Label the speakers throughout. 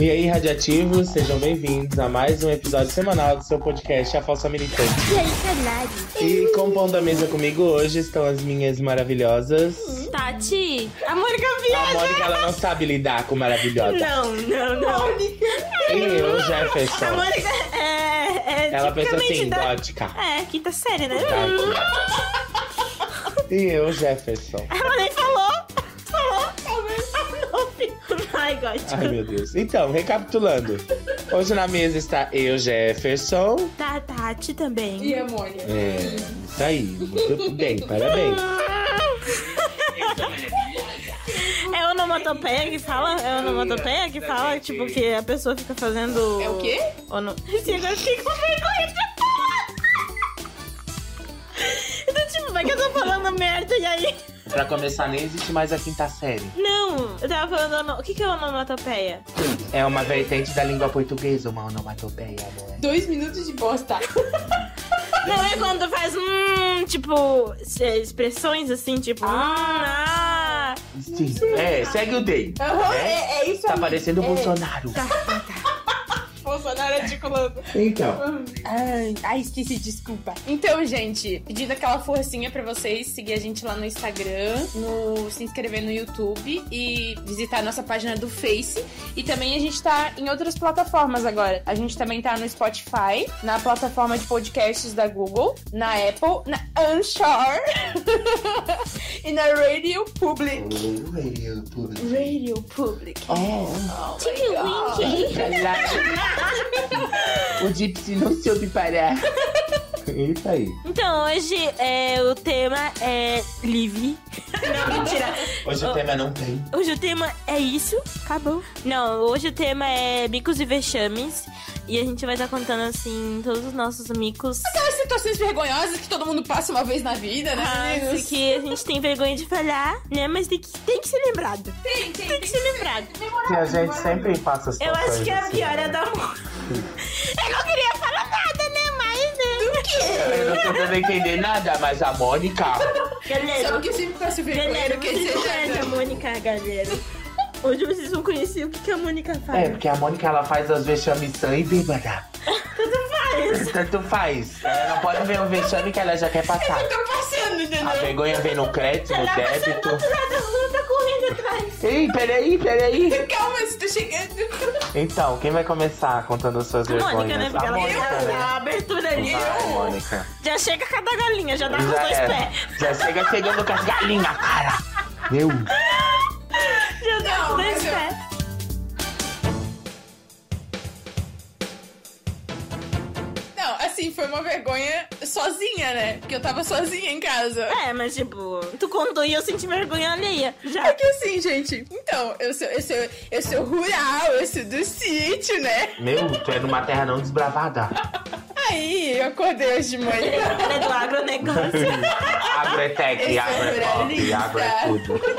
Speaker 1: E aí, radiativos, sejam bem-vindos a mais um episódio semanal do seu podcast A Falsa Militante.
Speaker 2: E aí, Fernandes?
Speaker 1: E compondo a mesa comigo hoje estão as minhas maravilhosas.
Speaker 3: Tati, a Mônica
Speaker 1: A
Speaker 3: viaja.
Speaker 1: Mônica, ela não sabe lidar com maravilhosa.
Speaker 3: Não, não, não.
Speaker 1: E eu,
Speaker 3: A
Speaker 1: Jefferson.
Speaker 3: Mônica é, é
Speaker 1: Ela pensa
Speaker 3: tipicamente
Speaker 1: assim, Tá,
Speaker 3: da-
Speaker 1: gótica.
Speaker 3: É, quinta série, né?
Speaker 1: E eu, Jefferson.
Speaker 3: Ela nem falou. Falou, talvez. Não, Ai, gótico.
Speaker 1: Ai, meu Deus. Então, recapitulando. Hoje na mesa está eu, Jefferson.
Speaker 3: Da Tá, Tati também.
Speaker 4: E a Mônica.
Speaker 1: É, isso aí. Muito bem, parabéns.
Speaker 3: É onomatopeia que fala? É onomatopeia que fala? Tipo, que a pessoa fica fazendo...
Speaker 4: É o quê?
Speaker 3: Ono... Sim, agora eu fiquei com vergonha de falar. Então, tipo, vai que eu tô falando merda e aí...
Speaker 1: Pra começar, nem existe mais a quinta série.
Speaker 3: Não, eu tava falando... ono- O que que é onomatopeia?
Speaker 1: É uma vertente da língua portuguesa, uma onomatopeia, né? amor.
Speaker 4: Dois minutos de bosta.
Speaker 3: Não é quando faz hum, tipo, se- expressões assim, tipo, ah, ah.
Speaker 1: Sim. É, segue o day.
Speaker 4: Aham,
Speaker 1: É?
Speaker 4: é, é isso
Speaker 1: Tá
Speaker 4: aí.
Speaker 1: parecendo o
Speaker 4: É.
Speaker 1: Bolsonaro.
Speaker 3: Tá.
Speaker 4: Bolsonaro articulando.
Speaker 1: Então.
Speaker 4: Ai, ai, esqueci, desculpa. Então, gente, pedindo aquela forcinha pra vocês seguir a gente lá no Instagram, no se inscrever no YouTube e visitar a nossa página do Face. E também a gente tá em outras plataformas agora. A gente também tá no Spotify, na plataforma de podcasts da Google, na Apple, na Anchor e na Radio
Speaker 1: É.
Speaker 4: Public. Radio Public.
Speaker 3: um
Speaker 1: O Gypsy não soube parar. Isso aí.
Speaker 3: Então hoje é, o tema é livre. Não, mentira.
Speaker 1: Hoje o tema não tem.
Speaker 3: Hoje o tema é isso. Acabou. Não, hoje o tema é micos e vexames. E a gente vai estar contando assim todos os nossos micos.
Speaker 4: As situações vergonhosas que todo mundo passa uma vez na vida, né?
Speaker 3: Ah,
Speaker 4: meninos?
Speaker 3: que a gente tem vergonha de falhar, né? Mas tem que, tem que ser lembrado.
Speaker 4: Tem, tem,
Speaker 3: Tem que ser lembrado.
Speaker 1: Que a gente sempre passa assim,
Speaker 3: Eu acho que é a pior
Speaker 1: né?
Speaker 3: é da Mônica. Eu não queria falar nada, né? Mas, né? Do
Speaker 1: Eu não tô tentando entender nada, mas a Mônica.
Speaker 4: Sabe o
Speaker 3: Galera,
Speaker 4: que eu sempre passo
Speaker 3: galera, tá
Speaker 4: vergonha que
Speaker 3: vocês não conhecem a Mônica, galera. Hoje vocês vão conhecer o que, que a Mônica faz.
Speaker 1: É, porque a Mônica ela faz as vexames sã e bêbada.
Speaker 3: Tanto faz.
Speaker 1: Tanto faz. Ela não pode ver um vexame que ela já quer passar.
Speaker 4: Tá. Tô passando,
Speaker 1: A
Speaker 4: entendeu?
Speaker 1: vergonha vem no crédito, no
Speaker 3: Ela tá passando do
Speaker 1: débito.
Speaker 3: outro lado da rua, tá correndo atrás.
Speaker 1: Ei, peraí, peraí.
Speaker 4: Calma, você tá chegando.
Speaker 1: Então, quem vai começar contando as suas
Speaker 3: A Mônica, né?
Speaker 1: vergonhas?
Speaker 3: Porque ela
Speaker 1: Mônica,
Speaker 3: fez
Speaker 1: né?
Speaker 3: a abertura ali.
Speaker 1: Vai, Mônica.
Speaker 3: Já chega cada galinha, já dá com os
Speaker 1: Já,
Speaker 3: dois
Speaker 1: é,
Speaker 3: pés.
Speaker 1: já chega chegando com as galinhas, cara. Meu.
Speaker 3: Já dá com
Speaker 4: Não,
Speaker 3: os dois
Speaker 4: mas eu-
Speaker 3: pés.
Speaker 4: Não, assim, foi uma vergonha sozinha, né? Porque eu tava sozinha em casa.
Speaker 3: É, mas tipo, tu contou e eu senti vergonha alheia. Já.
Speaker 4: É que assim, gente, então, eu sou, eu sou, eu sou rural, eu sou do sítio, né?
Speaker 1: Meu, tu é numa terra não desbravada.
Speaker 4: Aí eu acordei hoje de manhã.
Speaker 3: Ela é do agronegócio.
Speaker 1: Agro é tech,
Speaker 4: Esse
Speaker 1: agro é pop,
Speaker 4: ruralista.
Speaker 1: agro é tudo.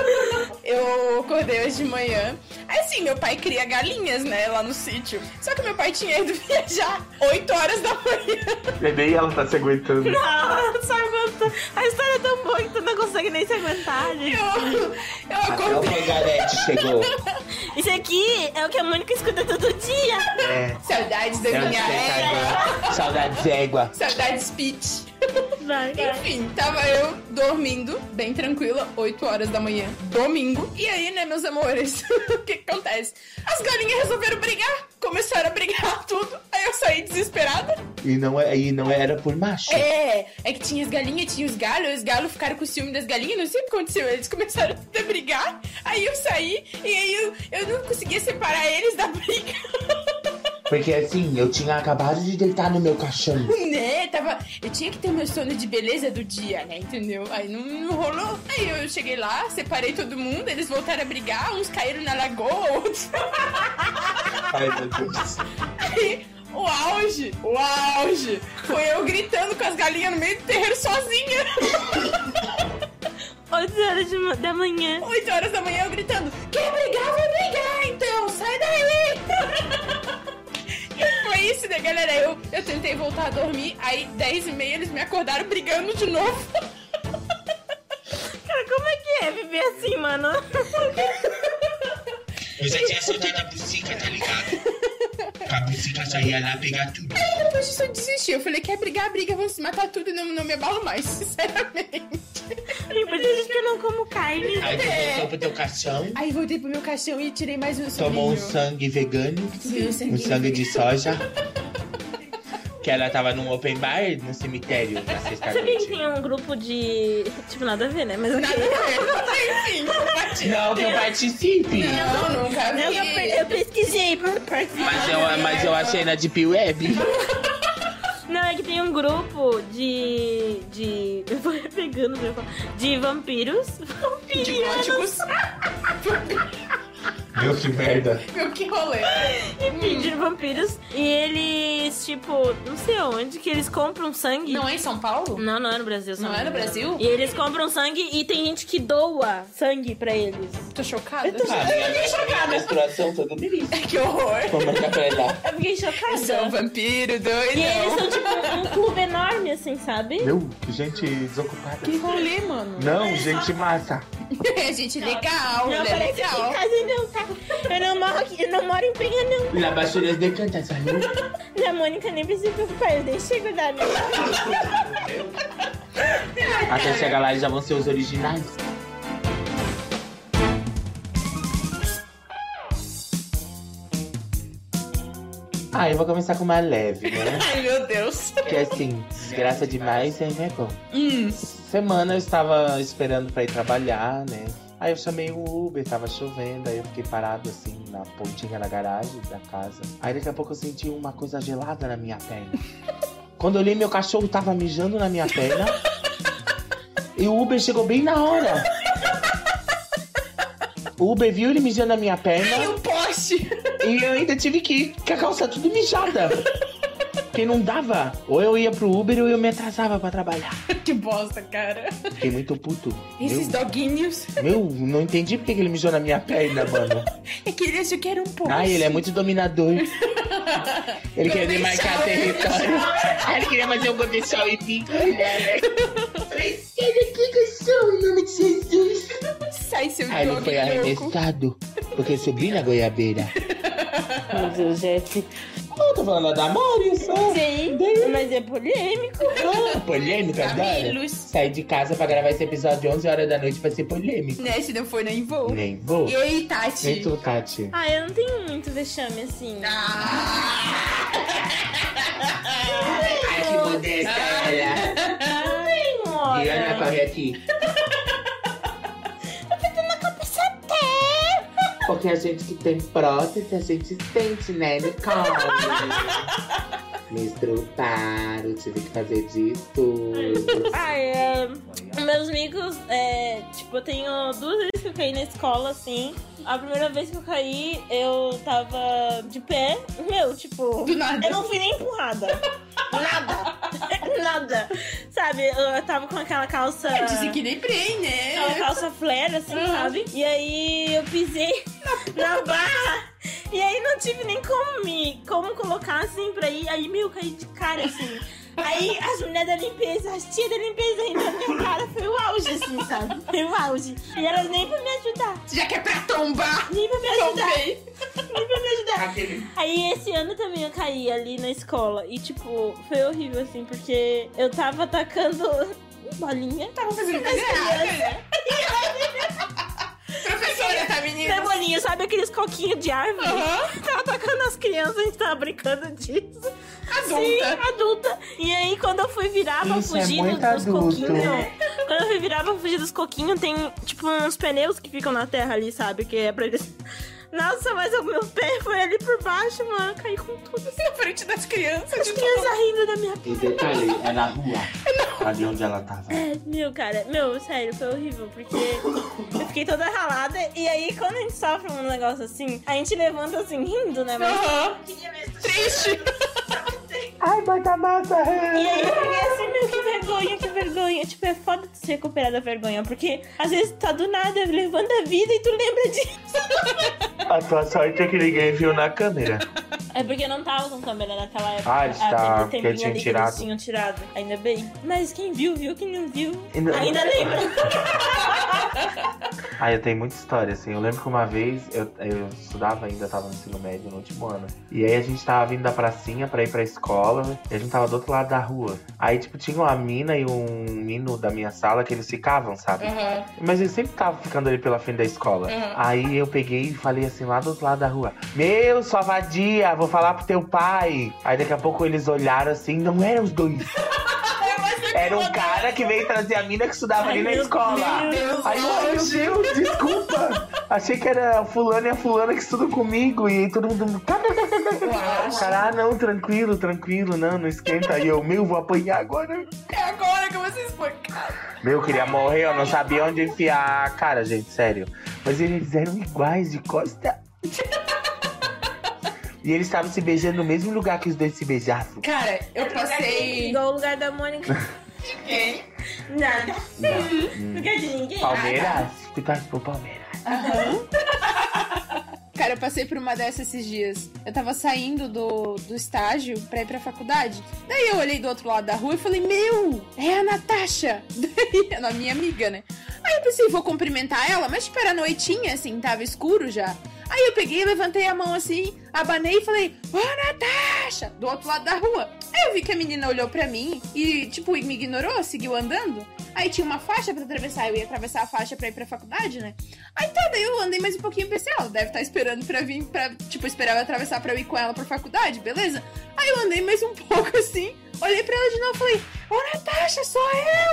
Speaker 4: Eu acordei hoje de manhã. Aí, Assim, meu pai cria galinhas, né, lá no sítio. Só que meu pai tinha ido viajar 8 horas da manhã.
Speaker 1: Bebê, ela tá se aguentando.
Speaker 3: Não, só aguenta. A história é tão boa que tu não consegue nem se aguentar, gente.
Speaker 4: Eu, eu
Speaker 1: Até É o
Speaker 4: acordei.
Speaker 1: Pegarete chegou.
Speaker 3: Isso aqui é o que a Mônica escuta todo dia.
Speaker 1: É.
Speaker 4: Saudades da
Speaker 1: Saudades
Speaker 4: minha
Speaker 1: de
Speaker 4: era.
Speaker 1: égua. Saudades de égua.
Speaker 4: Saudades pitch.
Speaker 3: Vai, vai.
Speaker 4: Enfim, tava eu dormindo, bem tranquila, 8 horas da manhã, domingo. E aí, né, meus amores, o que, que acontece? As galinhas resolveram brigar, começaram a brigar tudo. Aí eu saí desesperada.
Speaker 1: E não, é- e não era por macho.
Speaker 4: É, é que tinha as galinhas, tinha os galos, e os galos ficaram com o ciúme das galinhas, não sei o que aconteceu. Eles começaram a brigar, aí eu saí, e aí eu, eu não conseguia separar eles da briga.
Speaker 1: Porque assim, eu tinha acabado de deitar no meu caixão.
Speaker 4: Né, tava. Eu tinha que ter o meu sono de beleza do dia, né? Entendeu? Aí não, não rolou. Aí eu cheguei lá, separei todo mundo, eles voltaram a brigar, uns caíram na lagoa, outros.
Speaker 1: Ai, meu Deus.
Speaker 4: Aí o auge, o auge, foi eu gritando com as galinhas no meio do terreiro sozinha.
Speaker 3: 8 horas de ma- da manhã.
Speaker 4: 8 horas da manhã eu gritando: Quem brigar, vai brigar então, sai daí! E Foi isso, né, galera? Eu, eu tentei voltar a dormir, aí 10 e meia eles me acordaram brigando de novo.
Speaker 3: Cara, como é que é viver assim, mano?
Speaker 1: Eu já tinha soltado a bucica, tá ligado? A bucica só ia lá pegar tudo.
Speaker 4: Depois disso eu desisti. Eu falei, quer brigar, briga, vamos se matar tudo e não, não me abalo mais, sinceramente.
Speaker 3: E por isso que eu não como carne.
Speaker 1: Aí tu voltou pro teu caixão,
Speaker 4: Aí voltei pro meu caixão e tirei mais um sorriso.
Speaker 1: tomou um sangue vegano,
Speaker 4: Tomei um sangue
Speaker 1: um sangue de soja. Que ela tava num open bar no cemitério na
Speaker 3: Sabia que
Speaker 1: sexta-noite.
Speaker 3: tem um grupo de. Tipo, nada a ver, né? Mas
Speaker 4: Nada a ver. Enfim, compartilha.
Speaker 1: Não, que eu participe.
Speaker 4: Não, nunca vi.
Speaker 3: Eu, pe- eu pesquisei pra pra-
Speaker 1: Mas eu, mas eu achei na Deep Web.
Speaker 3: Não, é que tem um grupo de. de. Eu vou pegando meu pau. De vampiros.
Speaker 4: De
Speaker 3: Vampirianos.
Speaker 4: góticos.
Speaker 5: Meu, que merda.
Speaker 4: Meu, que rolê.
Speaker 3: Enfim, de vampiros. E eles, tipo, não sei onde, que eles compram sangue.
Speaker 4: Não é em São Paulo?
Speaker 3: Não, não é no Brasil. se
Speaker 4: Não é
Speaker 3: me
Speaker 4: no
Speaker 3: engano.
Speaker 4: Brasil?
Speaker 3: E eles compram sangue e tem gente que doa sangue pra eles.
Speaker 4: Tô chocada. É
Speaker 1: Ah, minha, minha menstruação toda delícia.
Speaker 4: Que horror.
Speaker 1: Vou mandar pra ela.
Speaker 3: Eu fiquei chocada.
Speaker 4: São vampiro doido.
Speaker 3: E eles são tipo um clube enorme, assim, sabe?
Speaker 5: Meu, gente desocupada.
Speaker 4: Que rolê, mano.
Speaker 5: Não, gente massa.
Speaker 4: Gente, legal.
Speaker 3: Não,
Speaker 4: né?
Speaker 3: parece que em
Speaker 4: legal.
Speaker 3: casa não, tá? Eu não moro aqui, eu não moro em Penha, não.
Speaker 1: La basura de é canta, saiu.
Speaker 3: Da Mônica nem precisa preocupar, eu deixo da minha.
Speaker 1: Até chegar lá eles já vão ser os originais. Ah, eu vou começar com uma leve, né?
Speaker 4: Ai, meu Deus.
Speaker 1: Que assim, desgraça demais e é bom.
Speaker 4: Hum.
Speaker 1: Semana eu estava esperando pra ir trabalhar, né? Aí eu chamei o Uber, tava chovendo, aí eu fiquei parado assim na pontinha da garagem da casa. Aí daqui a pouco eu senti uma coisa gelada na minha perna. Quando eu olhei, meu cachorro tava mijando na minha perna. e o Uber chegou bem na hora. O Uber viu ele mijando na minha
Speaker 4: E
Speaker 1: perna
Speaker 4: o um poste.
Speaker 1: e eu ainda tive que ir com a calça é tudo mijada. Porque não dava. Ou eu ia pro Uber ou eu me atrasava pra trabalhar.
Speaker 4: Que bosta, cara.
Speaker 1: Fiquei muito puto.
Speaker 4: Esses
Speaker 1: Meu,
Speaker 4: doguinhos.
Speaker 1: meu, não entendi porque que ele mijou na minha perna, mano.
Speaker 4: É que ele achou que era um poste.
Speaker 1: Ai, ele é muito dominador. Ele
Speaker 4: Gomes
Speaker 1: queria marcar
Speaker 4: Shaw.
Speaker 1: território. Ai, ele queria fazer um comercial e pica.
Speaker 4: Sai, seu
Speaker 1: Aí ele foi
Speaker 4: doguinho louco.
Speaker 1: arremessado porque subi na goiabeira.
Speaker 3: Meu Deus, gente.
Speaker 1: Eu tô falando da Mário, só. um
Speaker 3: Sim, mas é polêmico.
Speaker 1: Ah, polêmica agora.
Speaker 4: Cabelos.
Speaker 1: Saí de casa pra gravar esse episódio 11 horas da noite pra ser polêmico.
Speaker 4: Né, se não for nem voo.
Speaker 1: Nem vou.
Speaker 4: E aí, Tati?
Speaker 1: Nem tu, Tati.
Speaker 3: Ah, eu não tenho muito vexame assim.
Speaker 4: Ah,
Speaker 1: Ai, que modesta ela.
Speaker 3: Não tenho,
Speaker 1: Diana,
Speaker 3: olha.
Speaker 1: corre aqui.
Speaker 3: é
Speaker 1: Porque a gente que tem prótese, a gente sente, né, Nicole? Menstruo paro, tive que fazer de tudo.
Speaker 3: Ah, é. Meus amigos, é, tipo, eu tenho duas vezes que eu caí na escola, assim. A primeira vez que eu caí, eu tava de pé. Meu, tipo.
Speaker 4: do nada.
Speaker 3: Eu não fui nem empurrada. Nada. Nada. Sabe, eu tava com aquela calça.
Speaker 4: Eu disse que nem prei, né?
Speaker 3: Aquela calça flare, assim,
Speaker 4: Uhum.
Speaker 3: sabe? E aí eu pisei na barra. E aí não tive nem como me como colocar assim pra ir. Aí, meu, eu caí de cara, assim. Aí as mulheres da limpeza, as tias da limpeza ainda na minha cara. Foi o auge, assim, sabe? Foi o auge. E elas nem pra me ajudar.
Speaker 4: Já que é pra tombar,
Speaker 3: Nem pra me ajudar.
Speaker 4: tombei.
Speaker 3: Nem pra me ajudar. Aí esse ano também eu caí ali na escola. E tipo, foi horrível, assim, porque eu tava atacando bolinha.
Speaker 4: Tava fazendo coisa errada, né? Professora, tá, menina?
Speaker 3: Cebolinha, sabe aqueles coquinhos de árvore?
Speaker 4: Aham.
Speaker 3: Tava atacando as crianças, a gente tava brincando disso. Sim,
Speaker 4: Adulta.
Speaker 3: adulta. E aí, quando eu fui virar pra
Speaker 1: Isso é
Speaker 3: fugir
Speaker 1: muito
Speaker 3: dos
Speaker 1: adulto.
Speaker 3: coquinhos. né? Quando eu fui virar pra fugir dos coquinhos, tem tipo uns pneus que ficam na terra ali, sabe? Que é pra eles. Nossa, mas o meu pé foi ali por baixo, mano. Caí com tudo. As
Speaker 4: Na frente das crianças. de novo.
Speaker 3: crianças rindo da minha
Speaker 1: E detalhe, é na rua. Ali onde ela tava.
Speaker 3: É, Meu, cara, meu, sério, foi horrível, porque eu fiquei toda ralada, e aí quando a gente sofre um negócio assim, a gente levanta assim, rindo, né? Mas
Speaker 4: Aham. Triste.
Speaker 1: Ai, bota massa!
Speaker 3: E aí eu fiquei assim, meu, que vergonha, que vergonha. Tipo, é foda tu se recuperar da vergonha, porque às vezes tá do nada, levanta a vida e tu lembra de.
Speaker 5: A tua sorte é que ninguém viu na câmera.
Speaker 3: É porque eu não tava com câmera naquela época.
Speaker 5: Ah, eles
Speaker 3: aquele
Speaker 5: tá-
Speaker 3: tempinho
Speaker 5: porque tinham
Speaker 3: ali que
Speaker 5: tirado.
Speaker 3: Eles tinham tirado, ainda bem. Mas quem viu, viu, quem não viu,
Speaker 5: Ainda-
Speaker 3: ainda lembra.
Speaker 5: Ah, eu tenho muita história, assim. Eu lembro que uma vez eu, eu estudava ainda, tava no ensino médio no último ano. E aí a gente tava vindo da pracinha pra ir pra escola. E a gente tava do outro lado da rua. Aí, tipo, tinha uma mina e um menino da minha sala que eles ficavam, sabe?
Speaker 1: Uhum.
Speaker 5: Mas eles sempre estavam ficando ali pela frente da escola.
Speaker 1: Uhum.
Speaker 5: Aí eu peguei e falei assim lá do outro lado da rua: Meu, sua vadia, vou falar pro teu pai. Aí daqui a pouco eles olharam assim, não eram os dois. Era um cara que veio trazer a mina que estudava ali na
Speaker 3: meu
Speaker 5: escola.
Speaker 3: Deus.
Speaker 5: Aí eu, ai, meu Deus, desculpa. Achei que era o fulano e a fulana que estudam comigo. E aí todo mundo. "Tá, Cara, ah, não, tranquilo, tranquilo, não, não esquenta. Aí eu, meu, vou apanhar agora.
Speaker 4: É agora que vocês espancar.
Speaker 5: Meu, eu queria morrer, eu não sabia onde enfiar a cara, gente, sério. Mas eles eram iguais de costa. E eles estavam se beijando no mesmo lugar que os dois se beijavam.
Speaker 4: Cara, eu passei.
Speaker 3: Igual o lugar da Mônica.
Speaker 4: Quem?
Speaker 3: Nada.
Speaker 5: Não.
Speaker 3: Lugar de ninguém.
Speaker 5: Palmeiras? Tu participou, Palmeiras.
Speaker 4: Cara, eu passei por uma dessas esses dias. Eu tava saindo do, do estágio pra ir pra faculdade. Daí eu olhei do outro lado da rua e falei, meu, é a Natasha. Daí, ela é minha amiga, né? Aí eu pensei, vou cumprimentar ela, mas tipo, era noitinha, assim, tava escuro já. Aí eu peguei, levantei a mão assim, abanei e falei, ô Natasha, do outro lado da rua. Aí eu vi que a menina olhou pra mim e, tipo, me ignorou, seguiu andando. Aí tinha uma faixa pra atravessar, eu ia atravessar a faixa pra ir pra faculdade, né? Aí tá, daí eu andei mais um pouquinho e pensei, ah, ela deve estar esperando pra vir, pra, tipo, esperar eu atravessar pra eu ir com ela pra faculdade, beleza? Aí eu andei mais um pouco assim, olhei pra ela de novo e falei, ô Natasha, sou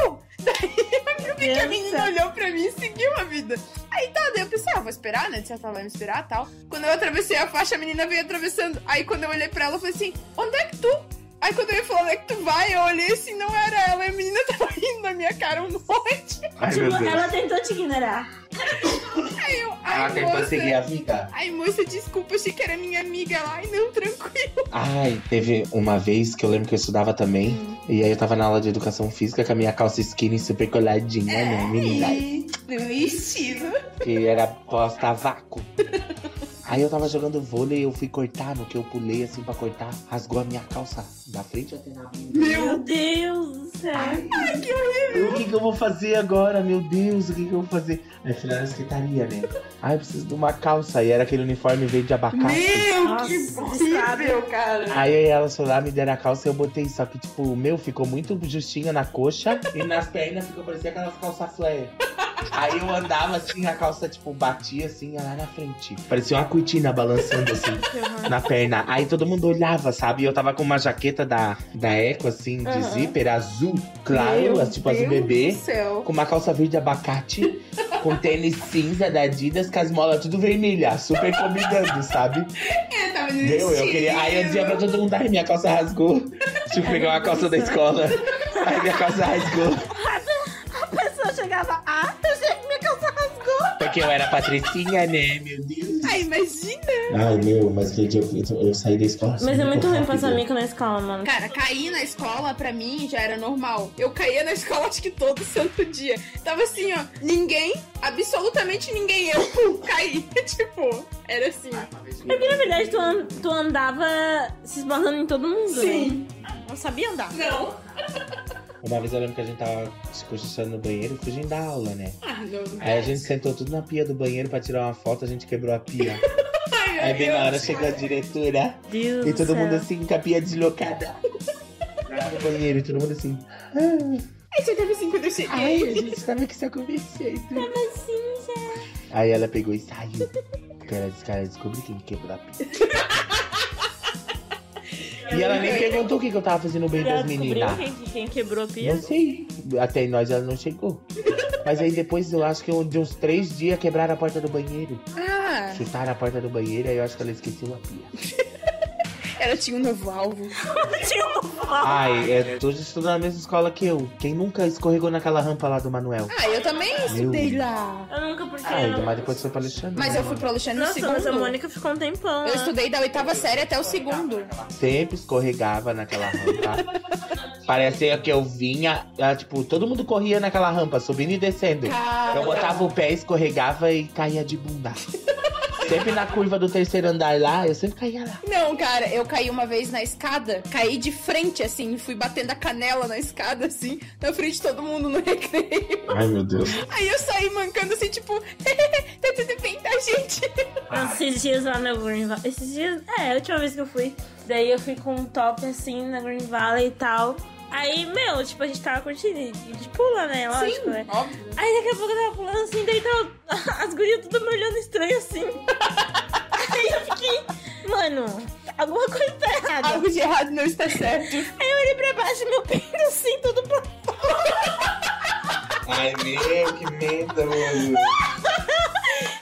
Speaker 4: eu! Daí eu vi que a menina olhou pra mim e seguiu a vida. Aí tá, daí eu pensei, ah, vou esperar, né? De certa ela vai me esperar e tal. Quando eu atravessei a faixa, a menina veio atravessando. Aí quando eu olhei pra ela, eu falei assim, onde é que tu? Aí quando eu ia falar onde é que tu vai, eu olhei assim, não era ela, e a menina tava rindo na minha cara um monte.
Speaker 5: Ai,
Speaker 3: Tipo, ela tentou te ignorar.
Speaker 4: Aí eu, ai,
Speaker 5: Ela tentou
Speaker 4: moça.
Speaker 5: seguir a vida.
Speaker 4: Ai, moça, desculpa, achei que era minha amiga lá. Ai, não, tranquilo.
Speaker 5: Ai, teve uma vez que eu lembro que eu estudava também. E aí eu tava na aula de educação física com a minha calça skinny super coladinha, né, menina?
Speaker 4: No é estilo.
Speaker 5: Que era posta a vácuo. Aí eu tava jogando vôlei, eu fui cortar, no que eu pulei assim pra cortar, rasgou a minha calça da frente até na bunda.
Speaker 3: Meu Deus do céu.
Speaker 5: O que, que eu vou fazer agora? Meu Deus, o que, que eu vou fazer? Aí fui lá na secretaria, né? Ai, eu preciso de uma calça. E era aquele uniforme verde de abacate.
Speaker 4: Meu,
Speaker 3: Nossa,
Speaker 4: que horrível, cara.
Speaker 5: Aí elas foram lá, me deram a calça e eu botei. Só que, tipo, o meu ficou muito justinho na coxa. e nas pernas ficou parecendo aquelas calças flare. Aí eu andava assim, a calça, tipo, batia assim, lá na frente. Parecia uma cortina balançando assim, na perna. Aí todo mundo olhava, sabe? E eu tava com uma jaqueta da, da Eco, assim, de
Speaker 4: Aham.
Speaker 5: zíper, azul, claro, tipo, azul bebê.
Speaker 4: do céu.
Speaker 5: Com uma calça verde abacate, com tênis cinza da Adidas, com as molas tudo vermelha, super combinando, sabe?
Speaker 4: É, tava no
Speaker 5: Deu, eu queria. Aí eu dizia pra todo mundo, ai, minha calça rasgou. Tive que pegar uma calça da escola. Ai, minha calça rasgou.
Speaker 3: A pessoa chegava, ah, eu che- minha calça rasgou.
Speaker 5: Porque eu era patricinha, né? Meu Deus.
Speaker 4: Ai, imagina.
Speaker 5: Ai, meu, mas que dia eu, eu saí da escola.
Speaker 3: Mas é muito ruim passar mico na escola, mano.
Speaker 4: Cara, cair na escola pra mim já era normal. Eu caía na escola acho que todo santo dia. Tava assim, ó, ninguém, absolutamente ninguém, eu pum, caí. tipo, era assim.
Speaker 3: É que na verdade tu, an- tu andava se esbarrando em todo mundo.
Speaker 4: Sim.
Speaker 3: Né? Não sabia andar.
Speaker 4: Não.
Speaker 5: Uma vez eu lembro que a gente tava se cochichando no banheiro, fugindo da aula, né?
Speaker 4: Ah, não.
Speaker 5: Aí a gente sentou tudo na pia do banheiro pra tirar uma foto, a gente quebrou a pia.
Speaker 4: Ai,
Speaker 5: Aí
Speaker 4: meu
Speaker 5: bem na hora
Speaker 4: Deus.
Speaker 5: chegou a diretora.
Speaker 3: Deus
Speaker 5: E
Speaker 3: do
Speaker 5: todo
Speaker 3: céu.
Speaker 5: mundo assim, com a pia deslocada. Lá no banheiro, e todo mundo assim. "Ah,
Speaker 4: Aí você teve assim quando eu cheguei.
Speaker 5: Ai, a gente sabe que isso acontecendo.
Speaker 3: Mas sim, gente.
Speaker 5: Aí ela pegou e saiu. Porque ela disse, cara, descobri quem quebrou a pia. E ela nem perguntou o que, que eu tava fazendo bem
Speaker 3: Já
Speaker 5: das
Speaker 3: descobriu
Speaker 5: meninas.
Speaker 3: quem, quem quebrou a pia?
Speaker 5: Não sei. Até nós ela não chegou. Mas aí depois eu acho que um- de uns três dias quebraram a porta do banheiro.
Speaker 4: Ah,
Speaker 5: Chutaram a porta do banheiro, aí eu acho que ela esqueceu a pia.
Speaker 4: ela tinha um novo alvo.
Speaker 5: Ai,
Speaker 1: Ah,
Speaker 5: é, todos estudando na mesma escola que eu. Quem nunca escorregou naquela rampa lá do Manuel?
Speaker 4: Ah, eu também estudei
Speaker 5: Meu.
Speaker 4: lá.
Speaker 3: Eu nunca porque.
Speaker 5: Ah,
Speaker 3: eu não-
Speaker 5: mas depois foi pra Alexandre.
Speaker 4: Mas eu fui pro Alexandre no
Speaker 3: Nossa, mas a
Speaker 4: segundo.
Speaker 3: Mônica ficou um tempão.
Speaker 4: Eu
Speaker 3: né?
Speaker 4: estudei da oitava série até o segundo.
Speaker 5: Sempre escorregava naquela rampa. Parecia que eu vinha, ah, tipo, todo mundo corria naquela rampa, subindo e descendo.
Speaker 4: Cara.
Speaker 5: Eu botava o pé, escorregava e caía de bunda. Sempre na curva do terceiro andar lá, eu sempre caía lá.
Speaker 4: Não, cara, eu caí uma vez na escada, caí de frente, assim, fui batendo a canela na escada, assim, na frente de todo mundo no recreio.
Speaker 1: Ai, meu Deus.
Speaker 4: Aí eu saí mancando, assim, tipo, tá tudo bem, tá, gente?
Speaker 3: Esses dias lá na Green Valley. Esses dias. É, a última vez que eu fui. Daí eu fui com um top assim na Green Valley e tal. Aí, meu, tipo, a gente tava curtindo. e A gente pula, né? Lógico, né?
Speaker 4: óbvio.
Speaker 3: Aí daqui a pouco eu tava pulando assim, daí tava. As gurias tudo me olhando estranho assim. Aí eu fiquei. Mano, alguma coisa tá errada.
Speaker 4: Algo de errado não está certo.
Speaker 3: Aí eu olhei pra baixo e meu peito assim, tudo pra
Speaker 1: Ai, meu, que medo, mano.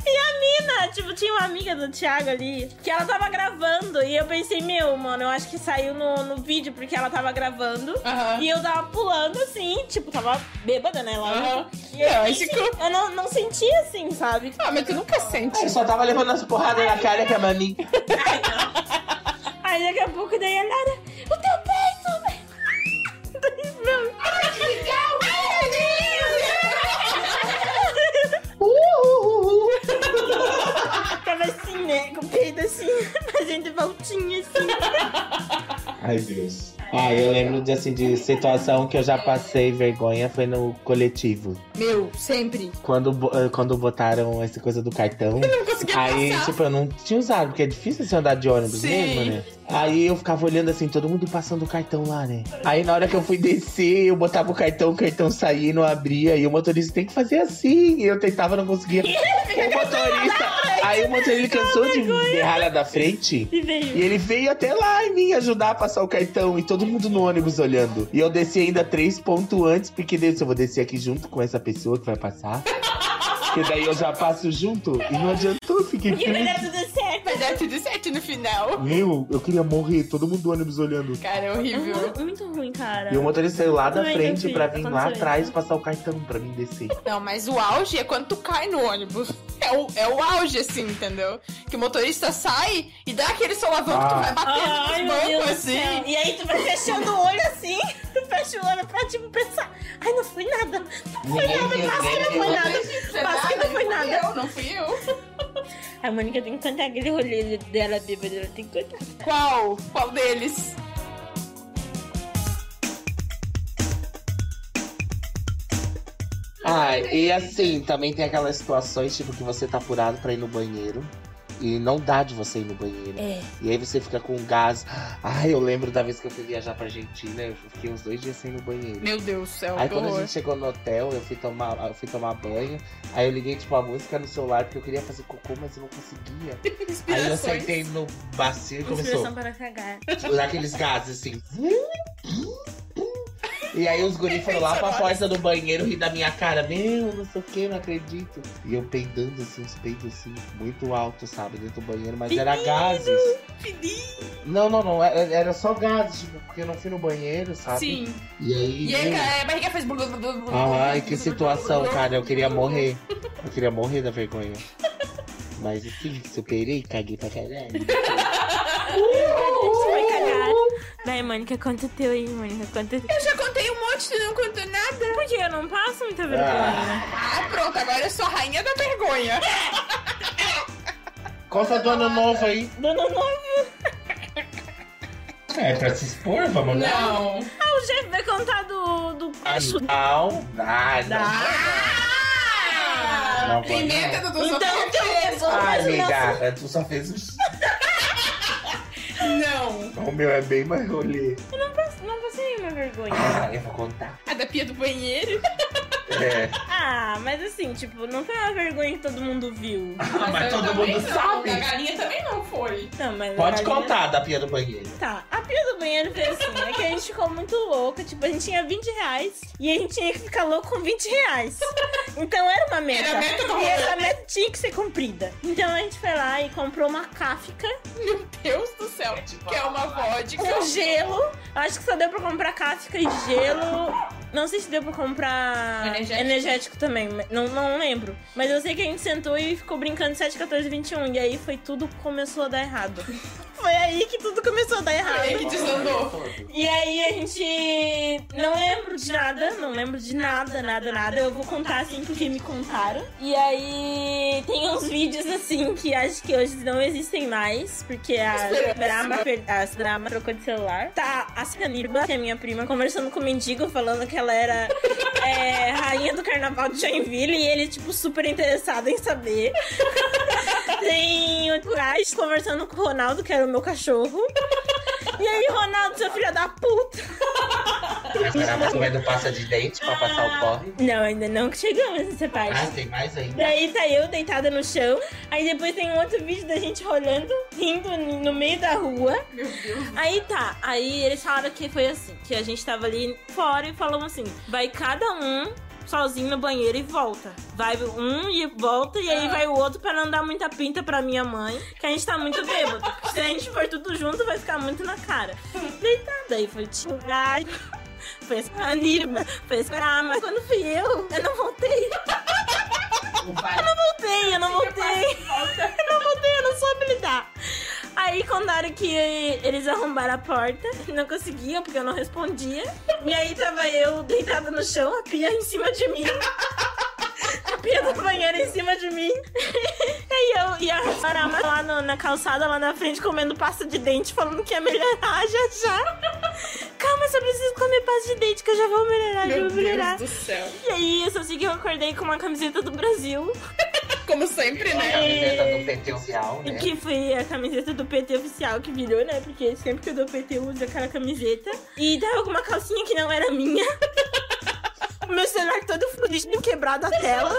Speaker 3: E a mina, tipo, tinha uma amiga do Thiago ali, que ela tava gravando. E eu pensei, meu, mano, eu acho que saiu no, no vídeo porque ela tava gravando.
Speaker 4: Aham.
Speaker 3: E eu tava pulando assim, tipo, tava bêbada, né? Lá.
Speaker 4: Aham. É,
Speaker 3: E eu,
Speaker 4: Lógico.
Speaker 3: enfim, eu não, não senti assim, sabe?
Speaker 4: Ah, mas tu nunca sente.
Speaker 5: Eu só tava levando as porradas na cara que a Mani.
Speaker 3: Ai, não. Aí daqui a pouco daí a Lara, o teu peito! Daí, meu. Ai, que legal! Tava assim, né? Com o peito assim, fazendo voltinha assim.
Speaker 1: Ai, Deus.
Speaker 5: Ah, eu lembro de, assim, de situação que eu já passei vergonha foi no coletivo.
Speaker 4: Meu, sempre.
Speaker 5: Quando, bo- eh, quando botaram essa coisa do cartão.
Speaker 4: Eu não conseguia
Speaker 5: Aí,
Speaker 4: passar.
Speaker 5: tipo, eu não tinha usado, porque é difícil você andar de ônibus
Speaker 4: Sim.
Speaker 5: mesmo, né? Aí eu ficava olhando assim, todo mundo passando o cartão lá, né? Aí na hora que eu fui descer, eu botava o cartão, o cartão saía e não abria. E o motorista tem que fazer assim. E eu tentava, não conseguia. o motorista. Aí o motorista cansou de berrar lá da frente.
Speaker 3: E veio.
Speaker 5: E ele veio até lá em mim ajudar a passar o cartão e todo mundo no ônibus olhando. E eu desci ainda três pontos antes, porque Deus, eu vou descer aqui junto com essa pessoa que vai passar. Porque daí eu já passo junto e não adiantou, eu fiquei
Speaker 3: E vai dar
Speaker 5: feliz.
Speaker 3: tudo certo.
Speaker 4: Vai dar tudo certo no final.
Speaker 5: Meu, eu queria morrer, todo mundo do ônibus olhando.
Speaker 4: Cara, é horrível.
Speaker 3: Muito, muito ruim, cara.
Speaker 5: E o motorista saiu lá da
Speaker 3: Também,
Speaker 5: frente
Speaker 3: meu
Speaker 5: pra vir
Speaker 3: filho, tá
Speaker 5: lá
Speaker 3: aconteceu
Speaker 5: atrás
Speaker 3: isso.
Speaker 5: passar o cartão pra mim descer.
Speaker 4: Não, mas o auge é quando tu cai no ônibus. É o, é o auge, assim, entendeu? Que o motorista sai e dá aquele solavanco que tu
Speaker 5: Ah.
Speaker 4: vai batendo
Speaker 3: Ai,
Speaker 4: nos
Speaker 3: meu Deus
Speaker 4: bancos,
Speaker 3: do
Speaker 4: assim.
Speaker 3: céu. E aí tu vai fechando o olho assim, tu fecha o olho pra tipo pensar, ai, não foi nada. Não foi
Speaker 1: Ninguém
Speaker 3: nada,
Speaker 1: viu,
Speaker 3: quase que não
Speaker 1: ninguém
Speaker 3: foi
Speaker 1: viu.
Speaker 3: nada. Quase que não foi
Speaker 4: Não fui
Speaker 3: nada.
Speaker 4: eu, não fui eu.
Speaker 3: A Mônica tem que contar aquele rolê dela bêbada, ela tem é? que contar.
Speaker 4: Qual? Qual deles?
Speaker 5: Ah, e assim, também tem aquelas situações, tipo, que você tá apurado pra ir no banheiro. E não dá de você ir no banheiro.
Speaker 3: É.
Speaker 5: E aí você fica com gás. Ai, eu lembro da vez que eu fui viajar pra Argentina, eu fiquei uns dois dias sem ir no banheiro.
Speaker 4: Meu Deus do céu,
Speaker 5: Aí
Speaker 4: que
Speaker 5: quando a
Speaker 4: horror.
Speaker 5: gente chegou no hotel, eu fui tomar, eu fui tomar banho. Aí eu liguei, tipo, a música no celular, porque eu queria fazer cocô, mas eu não conseguia. Aí eu
Speaker 4: Inspirações.
Speaker 5: sentei no bacio e começou
Speaker 3: Inspiração para cagar.
Speaker 5: tipo, daqueles gases assim. E aí os guris foram lá pra porta do banheiro rir da minha cara. Meu, não sei o que, não acredito. E eu peidando assim, uns peidos assim, muito alto, sabe, dentro do banheiro, mas era gases. Não, não, não. Era, era só gases, tipo, porque eu não fui no banheiro, sabe?
Speaker 4: Sim.
Speaker 5: E aí.
Speaker 4: E aí,
Speaker 5: meu,
Speaker 4: cara, a barriga fez... blu, blu, blu, blu,
Speaker 5: Uhum. Ah, Ai,
Speaker 4: blu,
Speaker 5: que
Speaker 4: blu,
Speaker 5: situação,
Speaker 4: blu, blu,
Speaker 5: cara. Eu
Speaker 4: blu,
Speaker 5: queria
Speaker 4: blu, blu.
Speaker 5: morrer. Eu queria morrer da vergonha. Mas enfim, superei, caguei pra caralho.
Speaker 3: Você vai cagar. Vai, Mônica, conta o teu aí, Mônica, conta o teu.
Speaker 4: Eu já contei um monte, tu não contou nada.
Speaker 3: Porque eu não passo muita vergonha.
Speaker 4: Ah, pronto, agora eu sou a rainha da vergonha.
Speaker 5: Conta do ano novo tá aí.
Speaker 3: Dona Nova,
Speaker 1: É, pra se expor, vamos lá.
Speaker 4: Não.
Speaker 3: Ah, o Jeff vai contar do, do
Speaker 5: Ah, Não,
Speaker 3: peixe.
Speaker 5: nada.
Speaker 4: Ah!
Speaker 5: Não pode,
Speaker 4: Pimenta do
Speaker 3: Então, teu
Speaker 4: Sofia.
Speaker 3: pegou,
Speaker 5: Ai,
Speaker 3: mas o meu
Speaker 5: Ah, amiga, tu só fez os.
Speaker 4: Ah. Não.
Speaker 5: O meu é bem mais rolê.
Speaker 3: Não passei uma vergonha.
Speaker 5: Ah, eu vou contar.
Speaker 4: A da pia do banheiro.
Speaker 5: É.
Speaker 3: Ah, mas assim, tipo, não foi uma vergonha que todo mundo viu.
Speaker 5: Ah, Mas, todo mundo sabe.
Speaker 4: A galinha também não foi.
Speaker 3: Não, mas a
Speaker 5: Pode
Speaker 3: Karina-
Speaker 5: contar da pia do banheiro.
Speaker 3: Tá, a pia do banheiro foi assim, é que a gente ficou muito louca, tipo, a gente tinha 20 reais e a gente tinha que ficar louco com 20 reais. Então era uma meta.
Speaker 4: Era a meta do
Speaker 3: e
Speaker 4: rolê.
Speaker 3: essa meta tinha que ser cumprida. Então a gente foi lá e comprou uma cáfica,
Speaker 4: Meu Deus do céu.
Speaker 5: tipo,
Speaker 4: Que é uma vodka.
Speaker 3: um gelo. Acho que só deu pra comprar cáfica e gelo. Não sei se deu pra comprar
Speaker 4: Energético.
Speaker 3: também, não, não lembro. Mas um. eu sei que a gente sentou e ficou brincando 7, 14, 21. E aí foi tudo que começou a dar errado. foi aí que tudo começou a dar errado.
Speaker 4: Aí que desandou.
Speaker 3: E aí a gente não lembro de nada, não lembro de nada, nada, nada. Eu vou contar assim porque me contaram. E aí tem uns vídeos assim que acho que hoje não existem mais, porque a Brahma, per- a Brahma trocou de celular. Tá a Sanirba, que é minha prima, conversando com o mendigo, falando que ela era é, rainha do carnaval de Joinville e ele, tipo, super interessado em saber. Tem o Traz conversando com o Ronaldo, que era o meu cachorro. E aí, Ronaldo, seu filho da puta?
Speaker 5: Agora a mulher do passa de dente pra passar o corre.
Speaker 3: Não, ainda não que chegamos nessa parte.
Speaker 5: Ah, tem mais ainda.
Speaker 3: Daí tá eu deitada no chão. Aí depois tem um outro vídeo da gente rolando, rindo n- no meio da rua.
Speaker 4: Meu Deus.
Speaker 3: Aí tá, aí eles falaram que foi assim, que a gente tava ali fora e falou assim, vai cada um sozinho no banheiro e volta. Vai um e volta, e aí vai o outro pra não dar muita pinta pra minha mãe, que a gente tá muito bêbado. Porque Se a gente for tudo junto, vai ficar muito na cara. Deitada aí, foi tipo, ai, foi a Nirma, foi esperar, mas quando fui eu, eu não voltei. Voltei, eu não voltei. Eu não voltei, eu não soube lidar. Aí contaram que eles arrombaram a porta, não conseguiam porque eu não respondia. E aí tava eu deitada no chão, a pia em cima de mim. A pia do banheiro em cima de mim. Aí eu e a Arama lá no- na calçada, lá na frente, comendo pasta de dente, falando que ia melhorar já já. Calma, só preciso comer pasta de dente que eu já vou melhorar, já
Speaker 4: Meu
Speaker 3: vou melhorar.
Speaker 4: Deus do céu.
Speaker 3: E aí, eu só sei que eu acordei com uma camiseta do Brasil.
Speaker 4: Como sempre,
Speaker 5: A
Speaker 4: né?
Speaker 5: camiseta do Tá PT oficial, né?
Speaker 3: Que foi a camiseta do PT oficial que virou, né? Porque sempre que eu dou PT eu uso aquela camiseta. E tava com uma calcinha que não era minha. O meu celular todo fudido, quebrado a tela.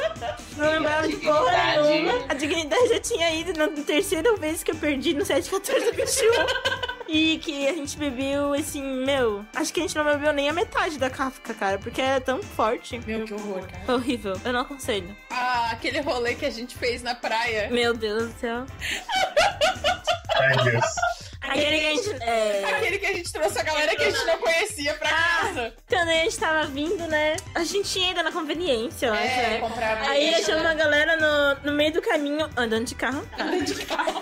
Speaker 3: Não lembrava de porra
Speaker 5: dignidade.
Speaker 3: nenhuma. A dignidade já tinha ido na terceira vez que eu perdi no 71421. E que a gente bebeu, assim, meu... Acho que a gente não bebeu nem a metade da Kafka, cara. Porque era tão forte.
Speaker 4: Meu, que horror, cara.
Speaker 3: Foi horrível. Eu não aconselho.
Speaker 4: Ah, aquele rolê que a gente fez na praia.
Speaker 3: Meu Deus do céu.
Speaker 1: Ai, Deus.
Speaker 3: Aquele que a gente... É...
Speaker 4: Aquele que a gente trouxe a galera que a gente não conhecia
Speaker 3: Ah,
Speaker 4: pra casa.
Speaker 3: Quando a gente tava vindo, né? A gente tinha ido na conveniência, eu acho,
Speaker 4: É,
Speaker 3: né?
Speaker 4: comprar
Speaker 3: Aí
Speaker 4: beijo,
Speaker 3: achamos
Speaker 4: né?
Speaker 3: uma galera no, no meio do caminho, andando de carro.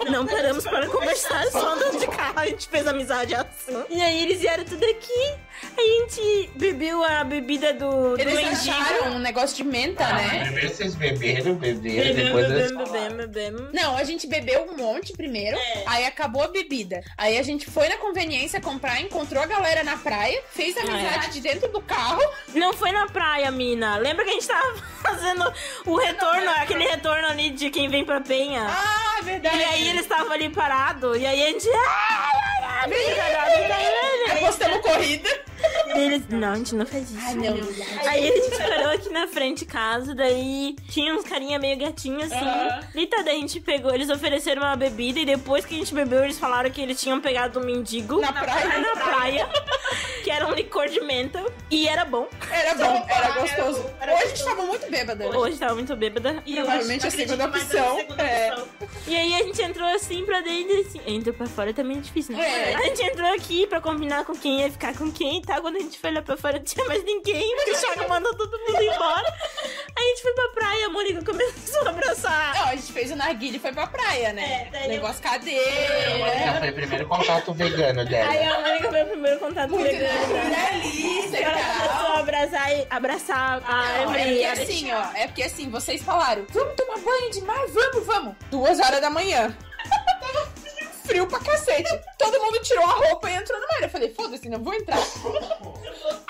Speaker 3: Não paramos para conversar, só andando de carro. A gente fez amizade assim. E aí eles vieram tudo aqui. Aí a gente bebeu a bebida do, do
Speaker 4: Eles
Speaker 3: mendigo.
Speaker 4: acharam um negócio de menta, né?
Speaker 5: Primeiro vocês beberam, beberam, depois eles
Speaker 3: Bebemos, bebemos, bebemos.
Speaker 4: Não, a gente bebeu um monte primeiro,
Speaker 3: É.
Speaker 4: aí acabou a bebida. Aí a gente foi na conveniência comprar, encontrou a galera na praia,
Speaker 3: Ah, é.
Speaker 4: fez amizade de dentro do carro.
Speaker 3: Não foi na praia, mina. Lembra que a gente tava fazendo o retorno, aquele retorno ali de quem vem pra Penha?
Speaker 4: Ah, verdade.
Speaker 3: E aí eles estavam ali parados, e aí a gente. "Ah, ah, ah", fez cagada pra ele.
Speaker 4: Apostamos corrida.
Speaker 3: E eles. Não, a gente não faz isso. Aí a gente parou aqui na frente de casa, daí tinha uns carinha meio gatinho assim.
Speaker 4: Aham.
Speaker 3: E tá, daí a gente pegou, eles ofereceram uma bebida e depois que a gente bebeu, eles falaram que eles tinham pegado um mendigo
Speaker 4: Na praia.
Speaker 3: na praia, que era um licor de menta e era bom.
Speaker 4: Era bom, era gostoso. Hoje a gente tava muito bêbada. né?
Speaker 3: Hoje tava muito bêbada. E
Speaker 4: Provavelmente a segunda opção. É.
Speaker 3: E aí a gente entrou assim pra dentro, assim. Entra pra fora também é difícil, né?
Speaker 4: É.
Speaker 3: A gente entrou aqui pra combinar com quem ia ficar com quem e tal. Quando a gente foi lá pra fora, não tinha mais ninguém, porque o Thiago mandou todo mundo embora. A gente foi pra praia, a Mônica começou a abraçar.
Speaker 4: Não, a gente fez o narguilho e foi pra praia, né?
Speaker 3: É, daí eu- É,
Speaker 4: Negócio
Speaker 5: Já
Speaker 4: cadeira.
Speaker 5: foi o primeiro contato vegano
Speaker 3: Aí
Speaker 5: dela.
Speaker 3: a Mônica foi o primeiro contato
Speaker 4: Muito
Speaker 3: comigo.
Speaker 4: delícia,
Speaker 3: é Ela começou
Speaker 4: cara.
Speaker 3: a abraçar, e- abraçar a
Speaker 4: Não, é
Speaker 3: Evelyn.
Speaker 4: porque assim, ó, é porque assim, vocês falaram, vamos tomar banho de mar, vamos, vamos. Duas horas da manhã. Tava frio, frio pra cacete. Todo mundo tirou a roupa e entrou no mar. Eu falei, foda-se, não vou entrar.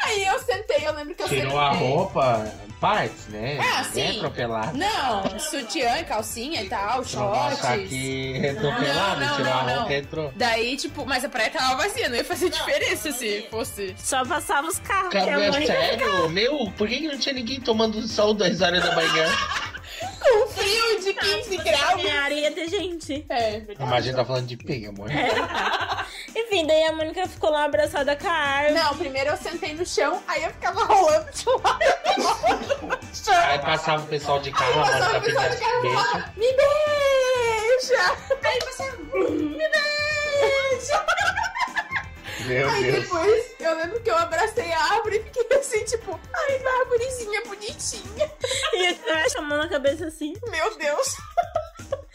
Speaker 4: Aí eu sentei, eu lembro que eu
Speaker 5: Tirou
Speaker 4: sentei.
Speaker 5: a roupa, partes, né?
Speaker 4: Ah,
Speaker 5: Né,
Speaker 4: sim.
Speaker 5: Atropelado.
Speaker 4: Não, sutiã, calcinha e tal,
Speaker 5: Não vou achar
Speaker 4: shorts.
Speaker 5: que entrou
Speaker 4: Não,
Speaker 5: pelado,
Speaker 4: não,
Speaker 5: tirou
Speaker 4: não,
Speaker 5: a roupa
Speaker 4: não.
Speaker 5: e entrou.
Speaker 4: Daí, tipo, mas a praia tava vazia, não ia fazer diferença se fosse.
Speaker 3: Só passava os carros.
Speaker 4: é
Speaker 3: que a
Speaker 5: Cara,
Speaker 3: Mônica-
Speaker 5: sério? Meu, por que que não tinha ninguém tomando sol 2 horas da manhã?
Speaker 4: Com um frio de 15 graus.
Speaker 3: E a areia de gente.
Speaker 4: É, verdade.
Speaker 5: Imagina tá falando de pinga, amor.
Speaker 3: Enfim, daí a Mônica ficou lá abraçada com a árvore.
Speaker 4: Não, primeiro eu sentei no chão, aí eu ficava rolando de lado no chão.
Speaker 5: Aí passava o pessoal de carro, a
Speaker 4: Passou
Speaker 5: moça
Speaker 4: o pessoal de
Speaker 5: fez
Speaker 4: cara e
Speaker 5: beijo.
Speaker 4: falava, me beija! Aí você, me beija!
Speaker 5: Meu
Speaker 4: Aí
Speaker 5: Deus.
Speaker 4: depois, eu lembro que eu abracei a árvore e fiquei assim, tipo, ai, uma árvorezinha bonitinha,
Speaker 3: E eu a mão na cabeça assim.
Speaker 4: meu Deus!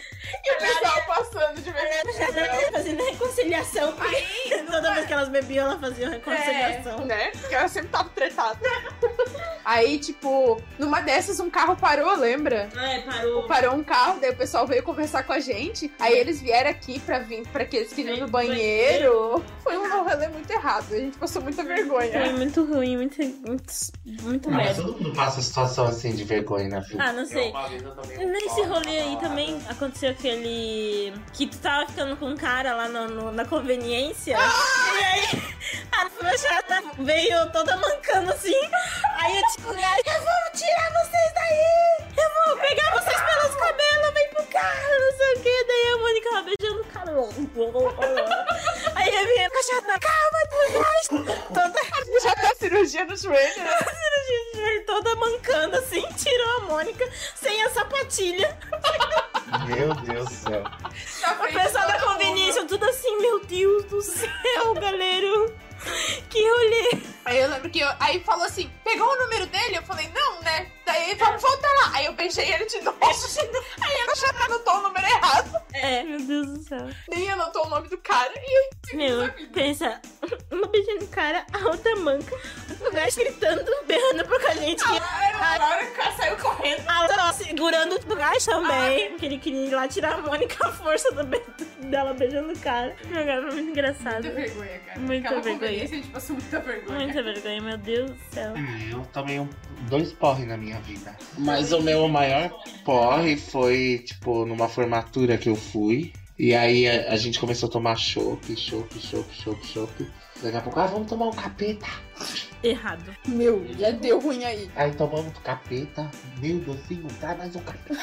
Speaker 4: E o pessoal passando de vez em
Speaker 3: Ela tá fazendo reconciliação. porque Toda vez que elas bebiam, ela fazia reconciliação.
Speaker 4: quando, né? Porque ela sempre tava tretada. Aí, tipo, numa dessas um carro parou, lembra?
Speaker 3: É, parou.
Speaker 4: Parou um carro, daí o pessoal veio conversar com a gente. Aí eles vieram aqui pra vir para aqueles que iam no banheiro. Foi um rolê muito errado. A gente passou muita vergonha.
Speaker 3: Foi muito ruim, muito, muito, muito
Speaker 5: Mas
Speaker 3: merda.
Speaker 5: todo mundo passa situação assim de vergonha na vida.
Speaker 3: Ah, não sei. Nesse rolê aí também aconteceu aquele. Que tu tava ficando com um cara lá no- no- na conveniência. E aí a frouxada veio toda mancando assim. Aí eu tipo, eu vou tirar vocês daí! Eu vou pegar vocês pelos cabelos, vem pro carro, não sei o que. Daí a Mônica lá beijando o cara. Aí eu vinha com a chata, calma, tu Toda
Speaker 4: Já tá cirurgia no joelho, né?
Speaker 3: Gente, ele toda mancando assim, tirou a Mônica sem a sapatilha.
Speaker 4: Ah.
Speaker 5: Meu Deus do céu.
Speaker 3: tá O pessoal da conveniência, tudo assim, meu Deus do céu, galera. Que rolê.
Speaker 4: Aí eu lembro que eu, aí falou assim: pegou o número dele? Eu falei, não, né? Daí vamos voltar lá. Aí eu beijei ele de novo. aí ela já anotou o número errado.
Speaker 3: É, meu Deus do céu.
Speaker 4: Nem anotou o nome do cara. E
Speaker 3: Meu, pensa, uma beijando o cara, a outra manca, o gajo gritando, berrando pra com a gente.
Speaker 4: eu, agora o cara saiu correndo.
Speaker 3: A outra lá segurando o gajo também. Porque ele queria ir lá tirar a Mônica a força do be- dela beijando o cara. Meu, cara, foi muito engraçado.
Speaker 4: Muita vergonha, cara.
Speaker 3: Muita
Speaker 4: Aquela
Speaker 3: vergonha.
Speaker 4: conveniência, a gente passou muita vergonha.
Speaker 3: Muita vergonha, meu Deus do céu.
Speaker 1: Hum.
Speaker 5: Ah, Eu tomei um- dois porre na minha vida. Mas o meu maior porre foi, tipo, numa formatura que eu fui. E aí a, a gente começou a tomar chopp, chopp, chopp, chopp, chopp. Daqui a pouco, ah, vamos tomar um capeta.
Speaker 3: Errado.
Speaker 4: Meu, já deu ruim aí.
Speaker 5: Aí tomamos capeta. Meu docinho, traz mais um capeta.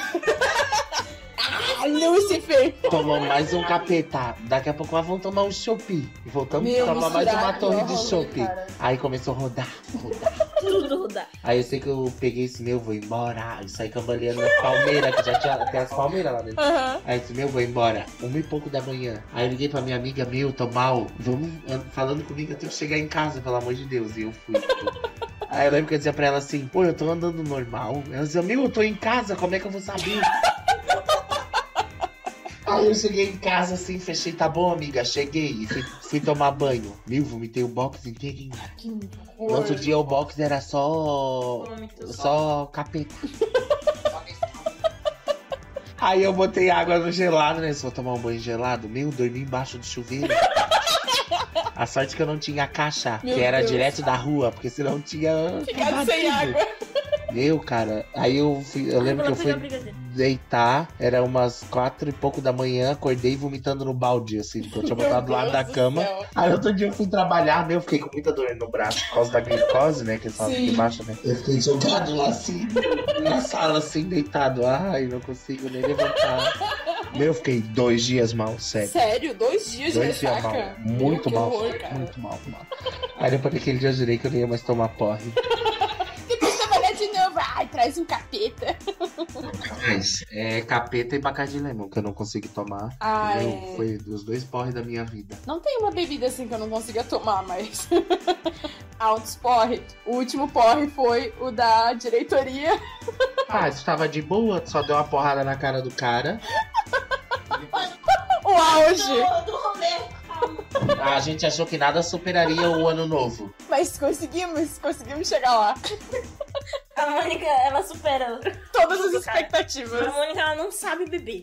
Speaker 4: Ai, Lucifer!
Speaker 5: Tomamos mais um capeta. Daqui a pouco, ah, vamos tomar um chopp. E voltamos a tomar mais uma torre de chopp. Aí começou a rodar, rodar.
Speaker 3: Tudo rodar.
Speaker 5: Aí eu sei que eu peguei esse meu, vou embora. E saí cambaleando nas palmeiras, que já tinha tem as palmeiras lá dentro.
Speaker 4: Aham.
Speaker 5: Aí eu disse, meu, vou embora. Uma e pouco da manhã. Aí eu liguei pra minha amiga, meu, tô mal. Vamos an- falando comigo, eu tenho que chegar em casa, pelo amor de Deus. E eu fui. Aí eu lembro que eu dizia pra ela assim, pô, eu tô andando normal. Ela dizia, meu, eu tô em casa, como é que eu vou saber? Aí eu cheguei em casa assim, fechei, tá bom, amiga, cheguei. E fui, fui tomar banho. Meu, vomitei o box inteiro em no outro dia o box era só. Só capeta. Aí eu botei água no gelado, né? Se vou tomar um banho gelado, meu, dormi embaixo do chuveiro. A sorte que eu não tinha caixa,
Speaker 4: Meu
Speaker 5: que era
Speaker 4: Deus.
Speaker 5: direto da rua, porque senão tinha.
Speaker 4: Ficado sem água.
Speaker 5: Meu, cara. Aí eu fui. Eu lembro que eu fui deitar, era umas quatro e pouco da manhã, acordei vomitando no balde, assim, porque eu tinha botado do lado da cama. Aí outro dia eu fui trabalhar, meu, fiquei com muita dor no braço por causa da glicose, né? Que é só
Speaker 4: Sim.
Speaker 5: aqui embaixo, né? Eu fiquei jogado lá assim, na sala, assim, deitado. Ai, não consigo nem levantar. Meu, fiquei dois dias mal, sério.
Speaker 4: Sério, dois dias de
Speaker 5: Dois dias mal.
Speaker 4: ressaca?
Speaker 5: Muito
Speaker 4: Que
Speaker 5: mal.
Speaker 4: horror, cara.
Speaker 5: Muito mal, mal. Aí depois daquele dia eu jurei que eu não ia mais tomar porre.
Speaker 4: Depois trabalhar de novo. Ai, traz um capeta.
Speaker 5: Mas é capeta e bacardí lemon que eu não consigo tomar.
Speaker 4: Ai.
Speaker 5: Meu, foi os dois porres da minha vida.
Speaker 4: Não tem uma bebida assim que eu não consiga tomar, mas. Altos porre. O último porre foi o da diretoria.
Speaker 5: Ah, tu tava de boa, tu só deu uma porrada na cara do cara.
Speaker 4: O auge.
Speaker 3: Do rolê.
Speaker 5: A gente achou que nada superaria o ano novo.
Speaker 4: Mas conseguimos, conseguimos chegar lá.
Speaker 3: A Mônica, ela supera.
Speaker 4: Todas as
Speaker 3: Cara. A
Speaker 4: expectativas.
Speaker 3: Mônica, ela não sabe beber.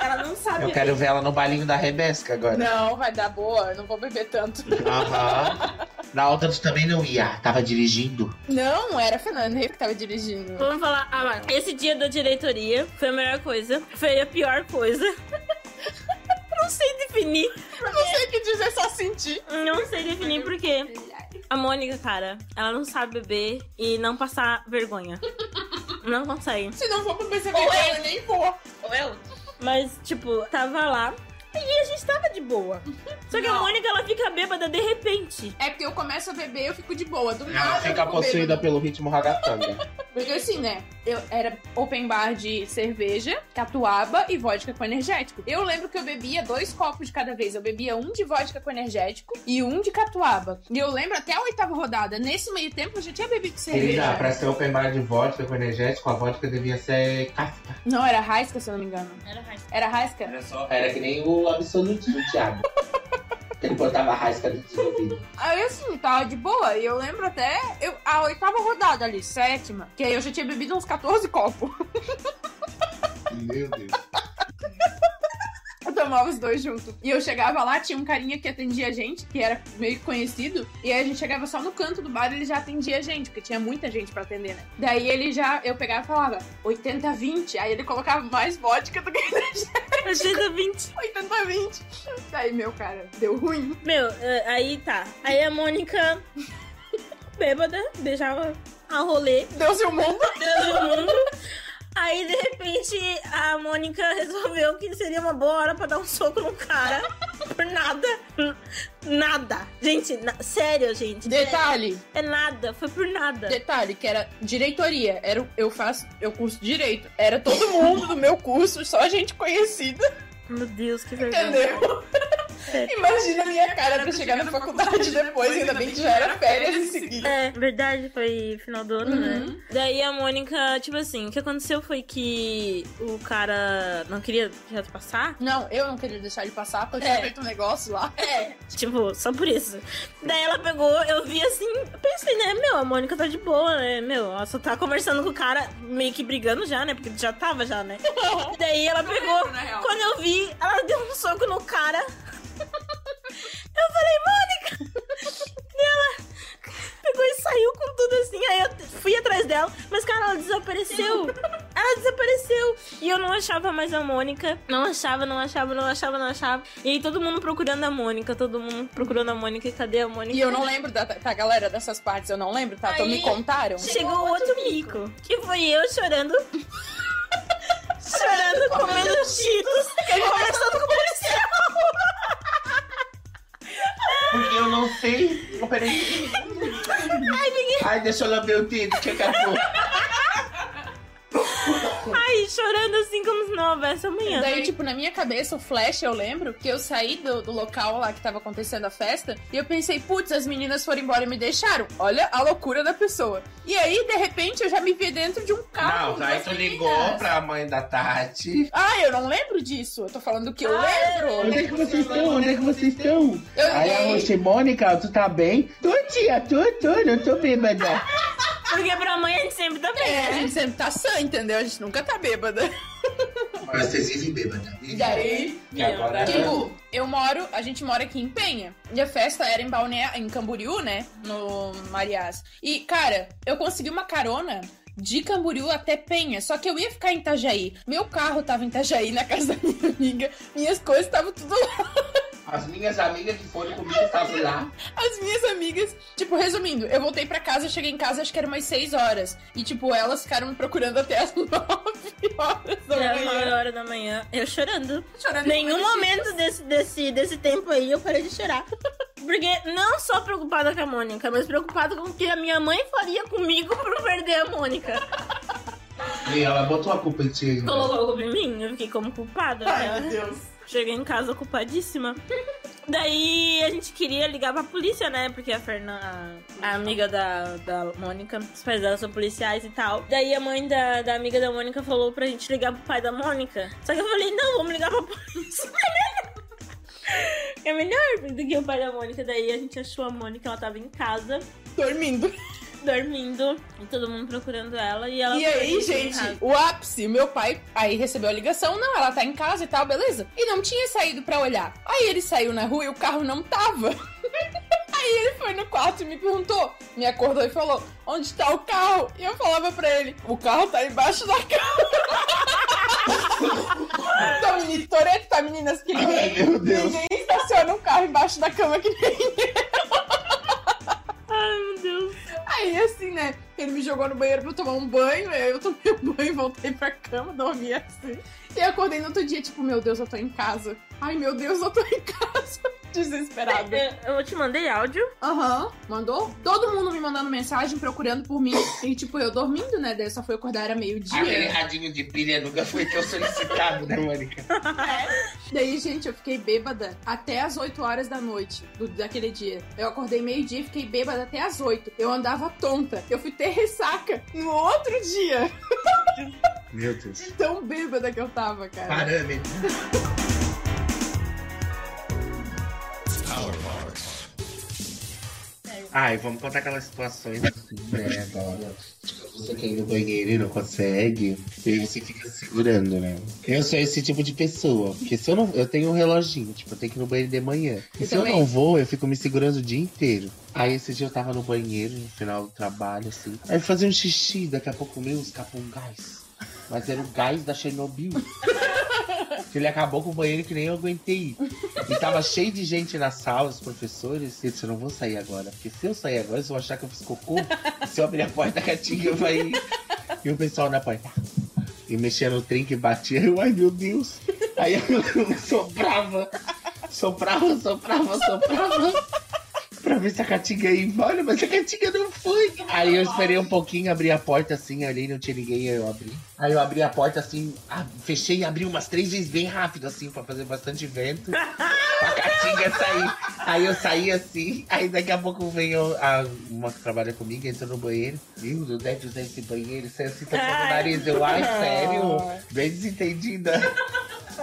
Speaker 3: Ela não sabe
Speaker 5: Eu quero ver ela no balinho da Rebesca agora.
Speaker 4: Não, vai dar boa, eu não vou beber tanto.
Speaker 5: Aham. Na outra tu também não ia, tava dirigindo.
Speaker 4: Não, era a Fernanda Henrique que tava dirigindo.
Speaker 3: Vamos falar, ah, vai. esse dia da diretoria foi a melhor coisa, foi a pior coisa. Não sei definir,
Speaker 4: Eu não sei o que dizer, só senti.
Speaker 3: não sei definir porque a Mônica, cara, ela não sabe beber e não passar vergonha. Não consegue.
Speaker 4: Se não for pra perceber, eu nem vou.
Speaker 3: Mas, tipo, tava lá e a gente tava de boa. Só que a
Speaker 4: Não.
Speaker 3: Mônica, ela fica bêbada de repente.
Speaker 4: É porque eu começo a beber, eu fico de boa. Do nada
Speaker 5: Ela
Speaker 4: eu
Speaker 5: fica
Speaker 4: fico
Speaker 5: possuída
Speaker 4: bêbada.
Speaker 5: pelo ritmo ragatanga.
Speaker 4: Porque assim, né? eu era open bar de cerveja, catuaba e vodka com energético. Eu lembro que eu bebia dois copos de cada vez. Eu bebia um de vodka com energético e um de catuaba. E eu lembro até a oitava rodada. Nesse meio tempo eu já tinha bebido cerveja.
Speaker 5: Elisa, pra ser open bar de vodka com energético, a vodka devia ser casca.
Speaker 4: Não, era raisca, se eu não me engano.
Speaker 3: Era raiva.
Speaker 4: Era raisca?
Speaker 1: Era só.
Speaker 5: Era que nem o absoluto do Thiago. Que Ele botava a rasca dentro do ouvido.
Speaker 4: Aí assim, tava de boa. E eu lembro até eu, a oitava rodada ali, sétima. Que aí eu já tinha bebido uns 14 copos.
Speaker 1: Meu Deus.
Speaker 4: Eu tomava os dois juntos. E eu chegava lá, tinha um carinha que atendia a gente, que era meio que conhecido. E aí a gente chegava só no canto do bar e ele já atendia a gente, porque tinha muita gente pra atender, né? Daí ele já, eu pegava e falava 80-20. Aí ele colocava mais vodka do que
Speaker 3: Agenda 20.
Speaker 4: 80-20. Daí, meu cara, deu ruim.
Speaker 3: Meu, eh, aí tá. Aí a Mônica, bêbada, beijava a rolê.
Speaker 4: Deu seu mundo.
Speaker 3: todo mundo. Aí, de repente, a Mônica resolveu que seria uma boa hora pra dar um soco no cara. Por nada. N- Nada. Gente, na- sério, gente.
Speaker 4: Detalhe,
Speaker 3: É nada, foi por nada.
Speaker 4: detalhe, que era diretoria. Era, o- eu faço, eu curso direito. Era todo mundo do meu curso, só gente conhecida,
Speaker 3: Meu Deus, que vergonha.
Speaker 4: entendeu? Imagina a minha cara pra chegar na faculdade depois, ainda bem que já era férias em seguida.
Speaker 3: É, verdade, foi final do ano,
Speaker 4: Uhum.
Speaker 3: né? Daí a Mônica, tipo assim, o que aconteceu foi que o cara não queria direto passar.
Speaker 4: Não, eu não queria deixar ele passar, porque eu
Speaker 3: É.
Speaker 4: tinha feito um negócio lá.
Speaker 3: É, tipo, só por isso. Daí ela pegou, eu vi assim, eu pensei, né, meu, a Mônica tá de boa, né, meu, ela só tá conversando com o cara, meio que brigando já, né, porque já tava já, né. Daí ela pegou,
Speaker 4: na real.
Speaker 3: quando eu vi, ela deu um soco no cara. Eu falei, Mônica! Daí ela pegou e saiu com tudo assim, aí eu fui atrás dela, mas cara, ela desapareceu. Ela desapareceu. E eu não achava mais a Mônica. Não achava, não achava, não achava, não achava. E aí todo mundo procurando a Mônica, todo mundo procurando a Mônica. E cadê a Mônica?
Speaker 4: E eu não lembro da tá, galera dessas partes, eu não lembro, tá? Então
Speaker 6: Aí-
Speaker 4: me contaram.
Speaker 3: Chegou outro mico, que foi eu chorando. chorando, comendo cheetos, conversando com o policial.
Speaker 5: Porque eu não sei. Oh, Peraí. Ai, deixa eu lamber o dedo, que acabou.
Speaker 3: Ai, chorando assim como se não houvesse amanhã.
Speaker 4: Daí, tipo, na minha cabeça, o flash, eu lembro que eu saí do, do local lá que tava acontecendo a festa e eu pensei, putz, as meninas foram embora e me deixaram. Olha a loucura da pessoa. E aí, de repente, eu já me vi dentro de um carro.
Speaker 5: Não, aí
Speaker 4: das
Speaker 5: tu
Speaker 4: meninas.
Speaker 5: ligou pra mãe da Tati.
Speaker 4: Ah, eu não lembro disso. Eu tô falando que eu lembro.
Speaker 5: Onde é que vocês estão? Onde é que vocês estão?
Speaker 4: Eu
Speaker 5: Aí a
Speaker 4: liguei.
Speaker 5: Roche, Mônica, tu tá bem? Tô, tia, tô, tô, não tô bêbada.
Speaker 3: Porque pra mãe a gente sempre tá bem.
Speaker 4: É, a gente sempre tá sã, entendeu? A gente nunca tá bêbada.
Speaker 1: Mas vocês vivem bêbada.
Speaker 4: E daí,
Speaker 5: E agora?
Speaker 4: Tipo, eu moro, a gente mora aqui em Penha. E a festa era em Balneário, em Camboriú, né? No Mariás. E, cara, eu consegui uma carona de Camboriú até Penha. Só que eu ia ficar em Itajaí. Meu carro tava em Itajaí, na casa da minha amiga. Minhas coisas estavam tudo lá.
Speaker 5: As minhas amigas que foram comigo estavam lá.
Speaker 4: As minhas amigas. Tipo, resumindo, eu voltei pra casa, eu cheguei em casa, acho que era umas 6 horas. E, tipo, elas ficaram me procurando até as 9 horas da
Speaker 3: Era
Speaker 4: manhã.
Speaker 3: 9 horas da manhã, eu chorando.
Speaker 4: Chorando
Speaker 3: Nenhum
Speaker 4: como uma
Speaker 3: momento desse, desse, desse tempo aí eu parei de chorar. Porque não só preocupada com a Mônica, mas preocupada com o que a minha mãe faria comigo por perder a Mônica.
Speaker 5: E ela botou a culpa em ti. ainda.
Speaker 3: Colocou culpa em mim, eu fiquei como culpada. né?
Speaker 4: Ai, meu Deus.
Speaker 3: Cheguei em casa culpadíssima. Daí a gente queria ligar pra polícia, né? Porque a Fernanda, a amiga da, da Mônica, os pais dela são policiais e tal. Daí a mãe da, da amiga da Mônica falou pra gente ligar pro pai da Mônica. Só que eu falei, não, vamos ligar pra polícia. É melhor do que o pai da Mônica. Daí a gente achou a Mônica, ela tava em casa,
Speaker 4: Dormindo.
Speaker 3: dormindo, e todo mundo procurando ela. E, ela
Speaker 4: E
Speaker 3: foi
Speaker 4: aí,
Speaker 3: em
Speaker 4: gente,
Speaker 3: casa.
Speaker 4: o ápice, o meu pai aí recebeu a ligação, não, ela tá em casa e tal, beleza. E não tinha saído pra olhar. Aí ele saiu na rua e o carro não tava. aí ele foi no quarto e me perguntou, me acordou e falou, onde tá o carro? E eu falava pra ele, o carro tá embaixo da cama. tá menino Toreto, tá meninas que ninguém,
Speaker 5: Meu Deus.
Speaker 4: ninguém estaciona um carro embaixo da cama que nem
Speaker 3: Ai, meu Deus.
Speaker 4: Aí, assim, né?
Speaker 6: Ele me jogou no banheiro pra eu tomar um banho, aí eu tomei um banho, voltei pra cama, dormi assim. E acordei no outro dia, tipo, meu Deus, eu tô em casa. Ai, meu Deus, eu tô em casa. Desesperada.
Speaker 3: Eu, eu te mandei áudio.
Speaker 6: Aham, mandou? Todo mundo me mandando mensagem, procurando por mim. E, tipo, eu dormindo, né? Daí eu só fui acordar, era
Speaker 1: Aquele
Speaker 6: meio-dia.
Speaker 1: radinho de pilha nunca foi tão solicitado, né, Mônica?
Speaker 6: Daí, gente, eu fiquei bêbada até as 8 horas da noite do, daquele dia. Eu acordei meio-dia e fiquei bêbada até as 8. Eu andava tonta. Eu fui ter ressaca no outro dia.
Speaker 1: Meu Deus.
Speaker 6: De tão bêbada que eu tava, cara.
Speaker 1: Parâmetro. Ai, vamos contar aquelas situações assim, né, agora. Você quer ir no banheiro e não consegue, e aí você fica se segurando, né? Eu sou esse tipo de pessoa, porque se eu não. Eu tenho um reloginho, tipo, eu tenho que ir no banheiro de manhã. E
Speaker 6: Eu
Speaker 1: se
Speaker 6: também.
Speaker 1: eu não vou, eu fico me segurando o dia inteiro. Aí esse dia eu tava no banheiro, no final do trabalho, assim. Aí eu fazia um xixi, daqui a pouco meu escapou um gás. Mas era o gás da Chernobyl. Que Ele acabou com o banheiro que nem eu aguentei. E tava cheio de gente na sala, os professores. Eu disse, eu não vou sair agora. Porque se eu sair agora, eles vão achar que eu fiz cocô. Se eu abrir a porta, a catinga vai... E o pessoal na porta... "Ah." E mexia no trinque e batia. Eu, ai, meu Deus. Aí eu soprava. Soprava, soprava, soprava. Pra ver se a Catinga ia embora, mas a Catinga não foi. Aí eu esperei um pouquinho, abri a porta assim, olhei, não tinha ninguém, aí eu abri. Aí eu abri a porta assim, a- fechei e abri umas três vezes bem rápido, assim, pra fazer bastante vento. Pra Catinga sair. Aí eu saí assim, aí daqui a pouco veio a, uma que trabalha comigo, entrou no banheiro. Meu Deus, deve usar esse banheiro, saiu assim, tapando o
Speaker 3: Ai.
Speaker 1: nariz. Eu, ai, sério? Bem desentendida.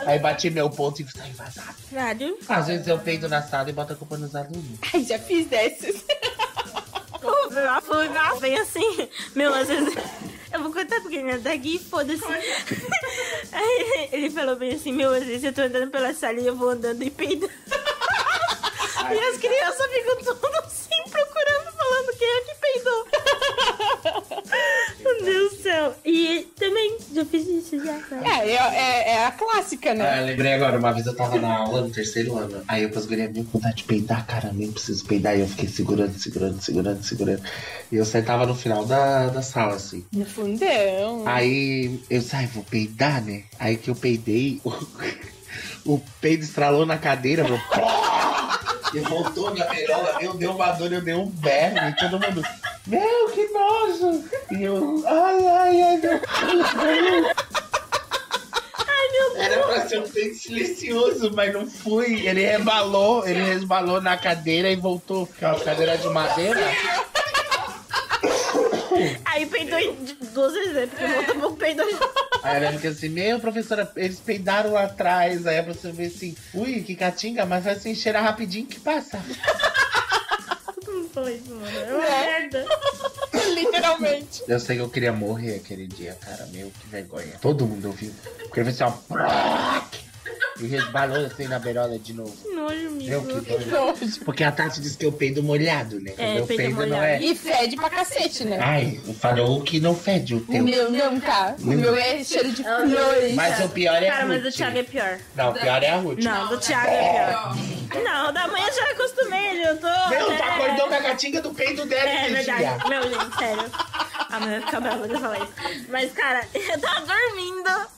Speaker 1: Aí bati meu ponto e saí vazado.
Speaker 3: Claro.
Speaker 1: Às vezes eu peido na sala e boto a culpa nos alunos.
Speaker 4: Ai, já fiz dessas.
Speaker 3: Ela foi lá, vem assim. Meu, às vezes. Eu vou contar porque ele é daqui, foda-se. Aí ele falou bem assim: Meu, às vezes eu tô andando pela sala e eu vou andando e peidando. E as crianças ficam todas assim procurando, falando quem é que peidou. Meu Deus do céu. E também, já fiz isso já. né? cara.
Speaker 4: É, é, é- é a clássica, né?
Speaker 1: Ah, eu lembrei agora, uma vez eu tava na aula no terceiro ano. Aí eu pras gurias, minha vontade de peidar, cara, nem preciso peidar. E eu fiquei segurando, segurando, segurando, segurando. E eu sentava no final da, da sala, assim.
Speaker 4: No fundão.
Speaker 1: Aí eu saí, vou peidar, né? Aí que eu peidei, o, o peido estralou na cadeira, meu. E voltou minha perola, eu dei uma dor, eu dei um berro, e todo mundo. Meu, que nojo! E eu. Ai, ai, ai, meu. Era pra ser um peito silencioso, mas não fui. Ele rebalou, ele resbalou na cadeira e voltou. Que é uma cadeira de madeira.
Speaker 3: Aí peidou em duas vezes, né? Porque volta um pouco peidou.
Speaker 1: Aí ela fica assim, meu, professora, eles peidaram lá atrás. Aí a professora vê assim, ui, que catinga, mas vai se encheira rapidinho que passa.
Speaker 3: Todo mundo falou isso, mano. É uma merda.
Speaker 4: Literalmente.
Speaker 1: Eu sei que eu queria morrer aquele dia, cara, meu, que vergonha. Todo mundo ouviu. Porque fez assim, ó, e resbalou assim na beirola de novo.
Speaker 3: Que nojo,
Speaker 1: Meu, que
Speaker 3: amigo.
Speaker 1: doido. Porque a Tati disse que eu peido molhado, né?
Speaker 3: É,
Speaker 1: o meu
Speaker 3: peido
Speaker 1: peido não
Speaker 3: molhado.
Speaker 1: é.
Speaker 4: E fede pra cacete, né?
Speaker 1: Ai, falou que não fede o
Speaker 4: O
Speaker 1: teu.
Speaker 4: meu não, cara. O meu é cheiro de flores.
Speaker 1: Mas o pior é a
Speaker 3: Cara,
Speaker 1: Ruth.
Speaker 3: mas o Thiago é pior.
Speaker 1: Não, o pior é a Ruth.
Speaker 3: Não, do Thiago é pior. Não, da manhã já acostumei, eu tô.
Speaker 1: Meu, tu
Speaker 3: É,
Speaker 1: acordou com a catinga do peido dela
Speaker 3: É
Speaker 1: esse dia.
Speaker 3: verdade. Meu, gente, sério. A mulher fica brava de eu falar isso. Mas, cara, eu tava dormindo.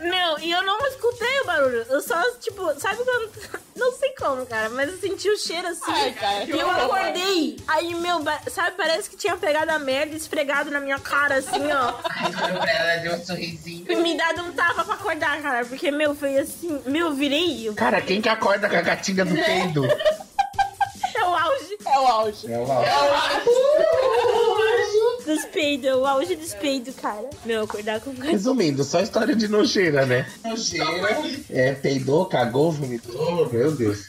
Speaker 3: Meu, e eu não escutei o barulho. Eu só, tipo, sabe quando. Não sei como, cara, mas eu senti o cheiro assim.
Speaker 4: Ai, cara, que
Speaker 3: e eu
Speaker 4: horror.
Speaker 3: acordei. Aí, meu, ba- sabe, parece que tinha pegado a merda e esfregado na minha cara, assim, ó.
Speaker 1: Ela deu um sorrisinho.
Speaker 3: E me dado um tapa pra acordar, cara. Porque, meu, foi assim. Meu, eu virei. Eu-
Speaker 1: Cara, quem que acorda com a gatinha do peido?
Speaker 3: É o auge
Speaker 4: É o auge.
Speaker 1: É o Laura.
Speaker 3: dos peidos. É o auge dos peidos, cara. Meu, acordar com coisa.
Speaker 1: Resumindo, só história de nojeira, né? Nojeira. É, peidou, cagou, vomitou. Meu Deus.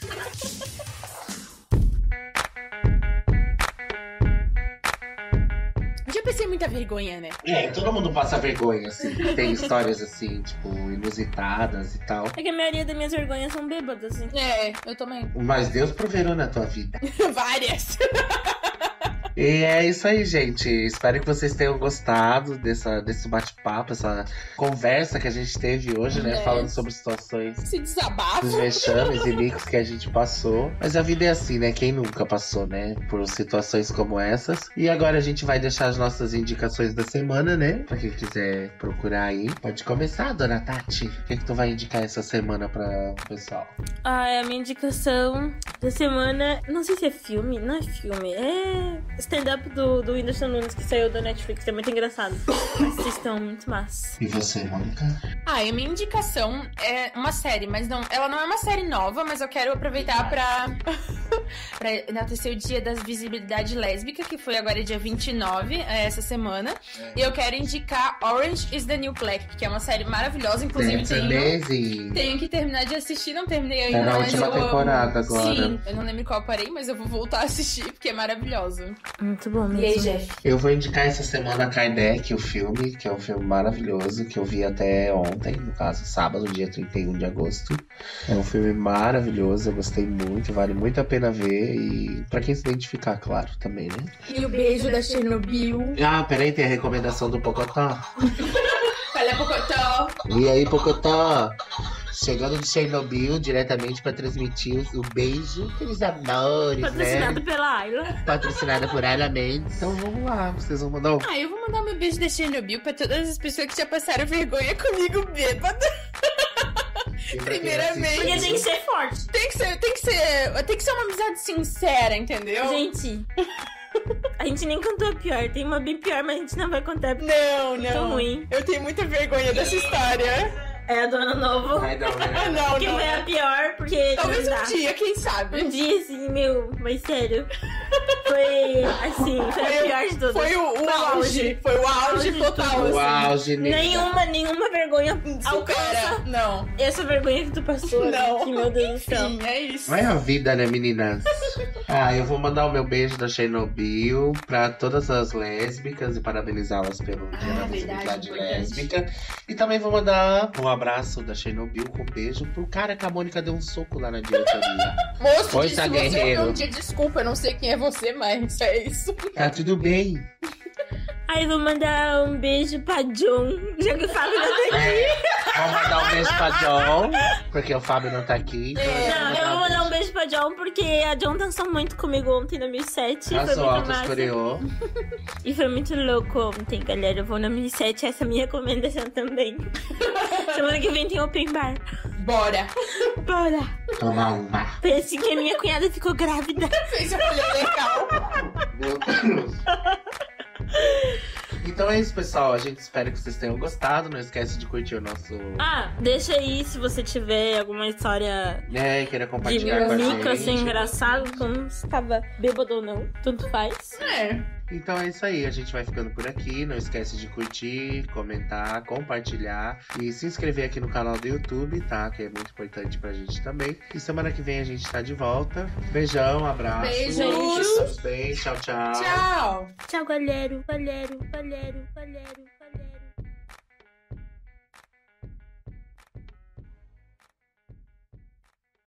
Speaker 4: Já pensei muita vergonha, né?
Speaker 1: É, todo mundo passa vergonha, assim. Tem histórias, assim, tipo, inusitadas e tal.
Speaker 3: É que a maioria das minhas vergonhas são bêbadas, assim.
Speaker 4: É, eu também.
Speaker 1: Mas Deus proverou na tua vida.
Speaker 4: Várias.
Speaker 1: E é isso aí, gente. Espero que vocês tenham gostado dessa, desse bate-papo, essa conversa que a gente teve hoje, né?
Speaker 4: É.
Speaker 1: Falando sobre situações
Speaker 4: Se desabafa.
Speaker 1: dos vexames e micos que a gente passou. Mas a vida é assim, né? Quem nunca passou, né? Por situações como essas. E agora a gente vai deixar as nossas indicações da semana, né? Pra quem quiser procurar aí. Pode começar, dona Tati. O que, que tu vai indicar essa semana pra o pessoal?
Speaker 3: Ah, a minha indicação da semana, não sei se é filme, não é filme, é stand-up do, do Whindersson Nunes que saiu da Netflix, é muito engraçado. Assistam, muito massa.
Speaker 1: E você, Mônica?
Speaker 4: Ah, e a minha indicação é uma série, mas não, ela não é uma série nova, mas eu quero aproveitar pra, pra enaltecer o Dia das Visibilidade Lésbica, que foi agora dia 29, é, essa semana.
Speaker 1: É.
Speaker 4: E eu quero indicar Orange is the New Black, que é uma série maravilhosa, inclusive tenho,
Speaker 1: Beleza.
Speaker 4: tenho que terminar de assistir, não terminei ainda,
Speaker 1: É na
Speaker 4: mas
Speaker 1: última
Speaker 4: eu amo.
Speaker 1: temporada agora.
Speaker 4: Sim, eu não lembro qual eu parei, mas eu vou voltar a assistir, porque é maravilhoso.
Speaker 3: Muito bom mesmo.
Speaker 4: E aí, Jeff?
Speaker 1: Eu vou indicar essa semana Kardec, o filme, que é um filme maravilhoso, que eu vi até ontem, no caso, sábado, dia 31 de agosto. É um filme maravilhoso, eu gostei muito, vale muito a pena ver e pra quem se identificar, claro, também, né?
Speaker 4: E o beijo da Chernobyl.
Speaker 1: Ah, peraí, tem a recomendação do Pocotó.
Speaker 4: Olha, Pocotó.
Speaker 1: E aí, Pocotó? Chegando de Chernobyl diretamente pra transmitir o beijo, aqueles amores,
Speaker 3: Patrocinado
Speaker 4: É.
Speaker 1: né?
Speaker 3: pela Ayla.
Speaker 1: Patrocinada por Ayla Mendes. Então vamos lá, vocês vão mandar um
Speaker 4: Ah, eu vou mandar meu beijo da Chernobyl pra todas as pessoas que já passaram vergonha comigo bêbada.
Speaker 1: E pra quem
Speaker 4: Primeiramente.
Speaker 1: assiste-
Speaker 3: Porque tem que ser forte.
Speaker 4: Tem que ser, tem que ser, tem que ser uma amizade sincera, entendeu?
Speaker 3: Gente, a gente nem contou a pior. Tem uma bem pior, mas a gente não vai contar porque
Speaker 4: Não,
Speaker 3: é muito
Speaker 4: não.
Speaker 3: ruim.
Speaker 4: Eu tenho muita vergonha dessa história.
Speaker 3: É a do ano novo.
Speaker 1: Ai, não, né?
Speaker 4: Ah, não,
Speaker 3: Que foi a
Speaker 4: não.
Speaker 3: pior, porque
Speaker 4: Talvez
Speaker 3: não dá.
Speaker 4: um dia, quem
Speaker 3: Um
Speaker 4: sabe?
Speaker 3: dia, assim, meu, mas sério. Foi assim, foi a pior de todas.
Speaker 4: Foi o, o
Speaker 3: Foi o
Speaker 4: auge. Foi o auge
Speaker 3: Auge
Speaker 4: total.
Speaker 1: O
Speaker 4: assim.
Speaker 1: auge, né?
Speaker 3: Nenhuma, nenhuma vergonha alcança
Speaker 4: Supera. Não.
Speaker 3: essa vergonha que tu passou. assim,
Speaker 4: Não.
Speaker 3: Que, meu Deus do céu.
Speaker 4: Sim, é isso.
Speaker 1: Vai a vida, né, meninas? Ah, eu vou mandar o meu beijo da Chernobyl pra todas as lésbicas e parabenizá-las pelo Dia da
Speaker 4: verdade,
Speaker 1: Visibilidade
Speaker 4: importante.
Speaker 1: Lésbica. E também vou mandar um abraço da Chernobyl com um beijo pro cara que a Mônica deu um soco lá na diretoria.
Speaker 4: Moço,
Speaker 1: Força,
Speaker 4: se você
Speaker 1: guerreiro.
Speaker 4: ouvir um dia, desculpa, eu não sei quem é você, mas é isso.
Speaker 1: tá tudo bem.
Speaker 3: Ai, vou mandar um beijo pra John, já que o Fábio não
Speaker 4: É,
Speaker 3: tem.
Speaker 1: Vou mandar um beijo pra John, porque o Fábio não tá aqui. então eu vou
Speaker 3: Não,
Speaker 1: mandar
Speaker 4: tá
Speaker 3: eu vou
Speaker 1: um
Speaker 3: mandar um beijo pra John, porque a John dançou muito comigo ontem na 1007.
Speaker 1: beijo.
Speaker 3: Foi
Speaker 1: Arrasou,
Speaker 3: muito
Speaker 1: altas
Speaker 3: massa.
Speaker 1: coreou.
Speaker 3: E foi muito louco ontem, galera. Eu vou na 1007, essa é a minha recomendação também. Semana que vem tem open bar.
Speaker 4: Bora.
Speaker 3: Bora!
Speaker 1: Toma uma.
Speaker 3: Foi assim que a minha cunhada ficou grávida.
Speaker 4: Fez a tá? mulher legal.
Speaker 1: Meu Deus. Então é isso, pessoal. A gente espera que vocês tenham gostado. Não esquece de curtir o nosso.
Speaker 3: Ah, deixa aí se você tiver alguma história
Speaker 1: Né, queira
Speaker 3: de
Speaker 1: compartilhar com a gente.
Speaker 3: mico, assim, engraçado, como se tava bêbado ou não, tanto faz.
Speaker 4: É.
Speaker 1: Então é isso aí. A gente vai ficando por aqui. Não esquece de curtir, comentar, compartilhar e se inscrever aqui no canal do YouTube, tá? Que é muito importante pra gente também. E semana que vem a gente tá de volta. Beijão, abraço.
Speaker 4: Beijos.
Speaker 1: Vocês estão bem. Tchau, tchau.
Speaker 4: Tchau.
Speaker 3: Tchau, galera, galera, galera, galera, galera.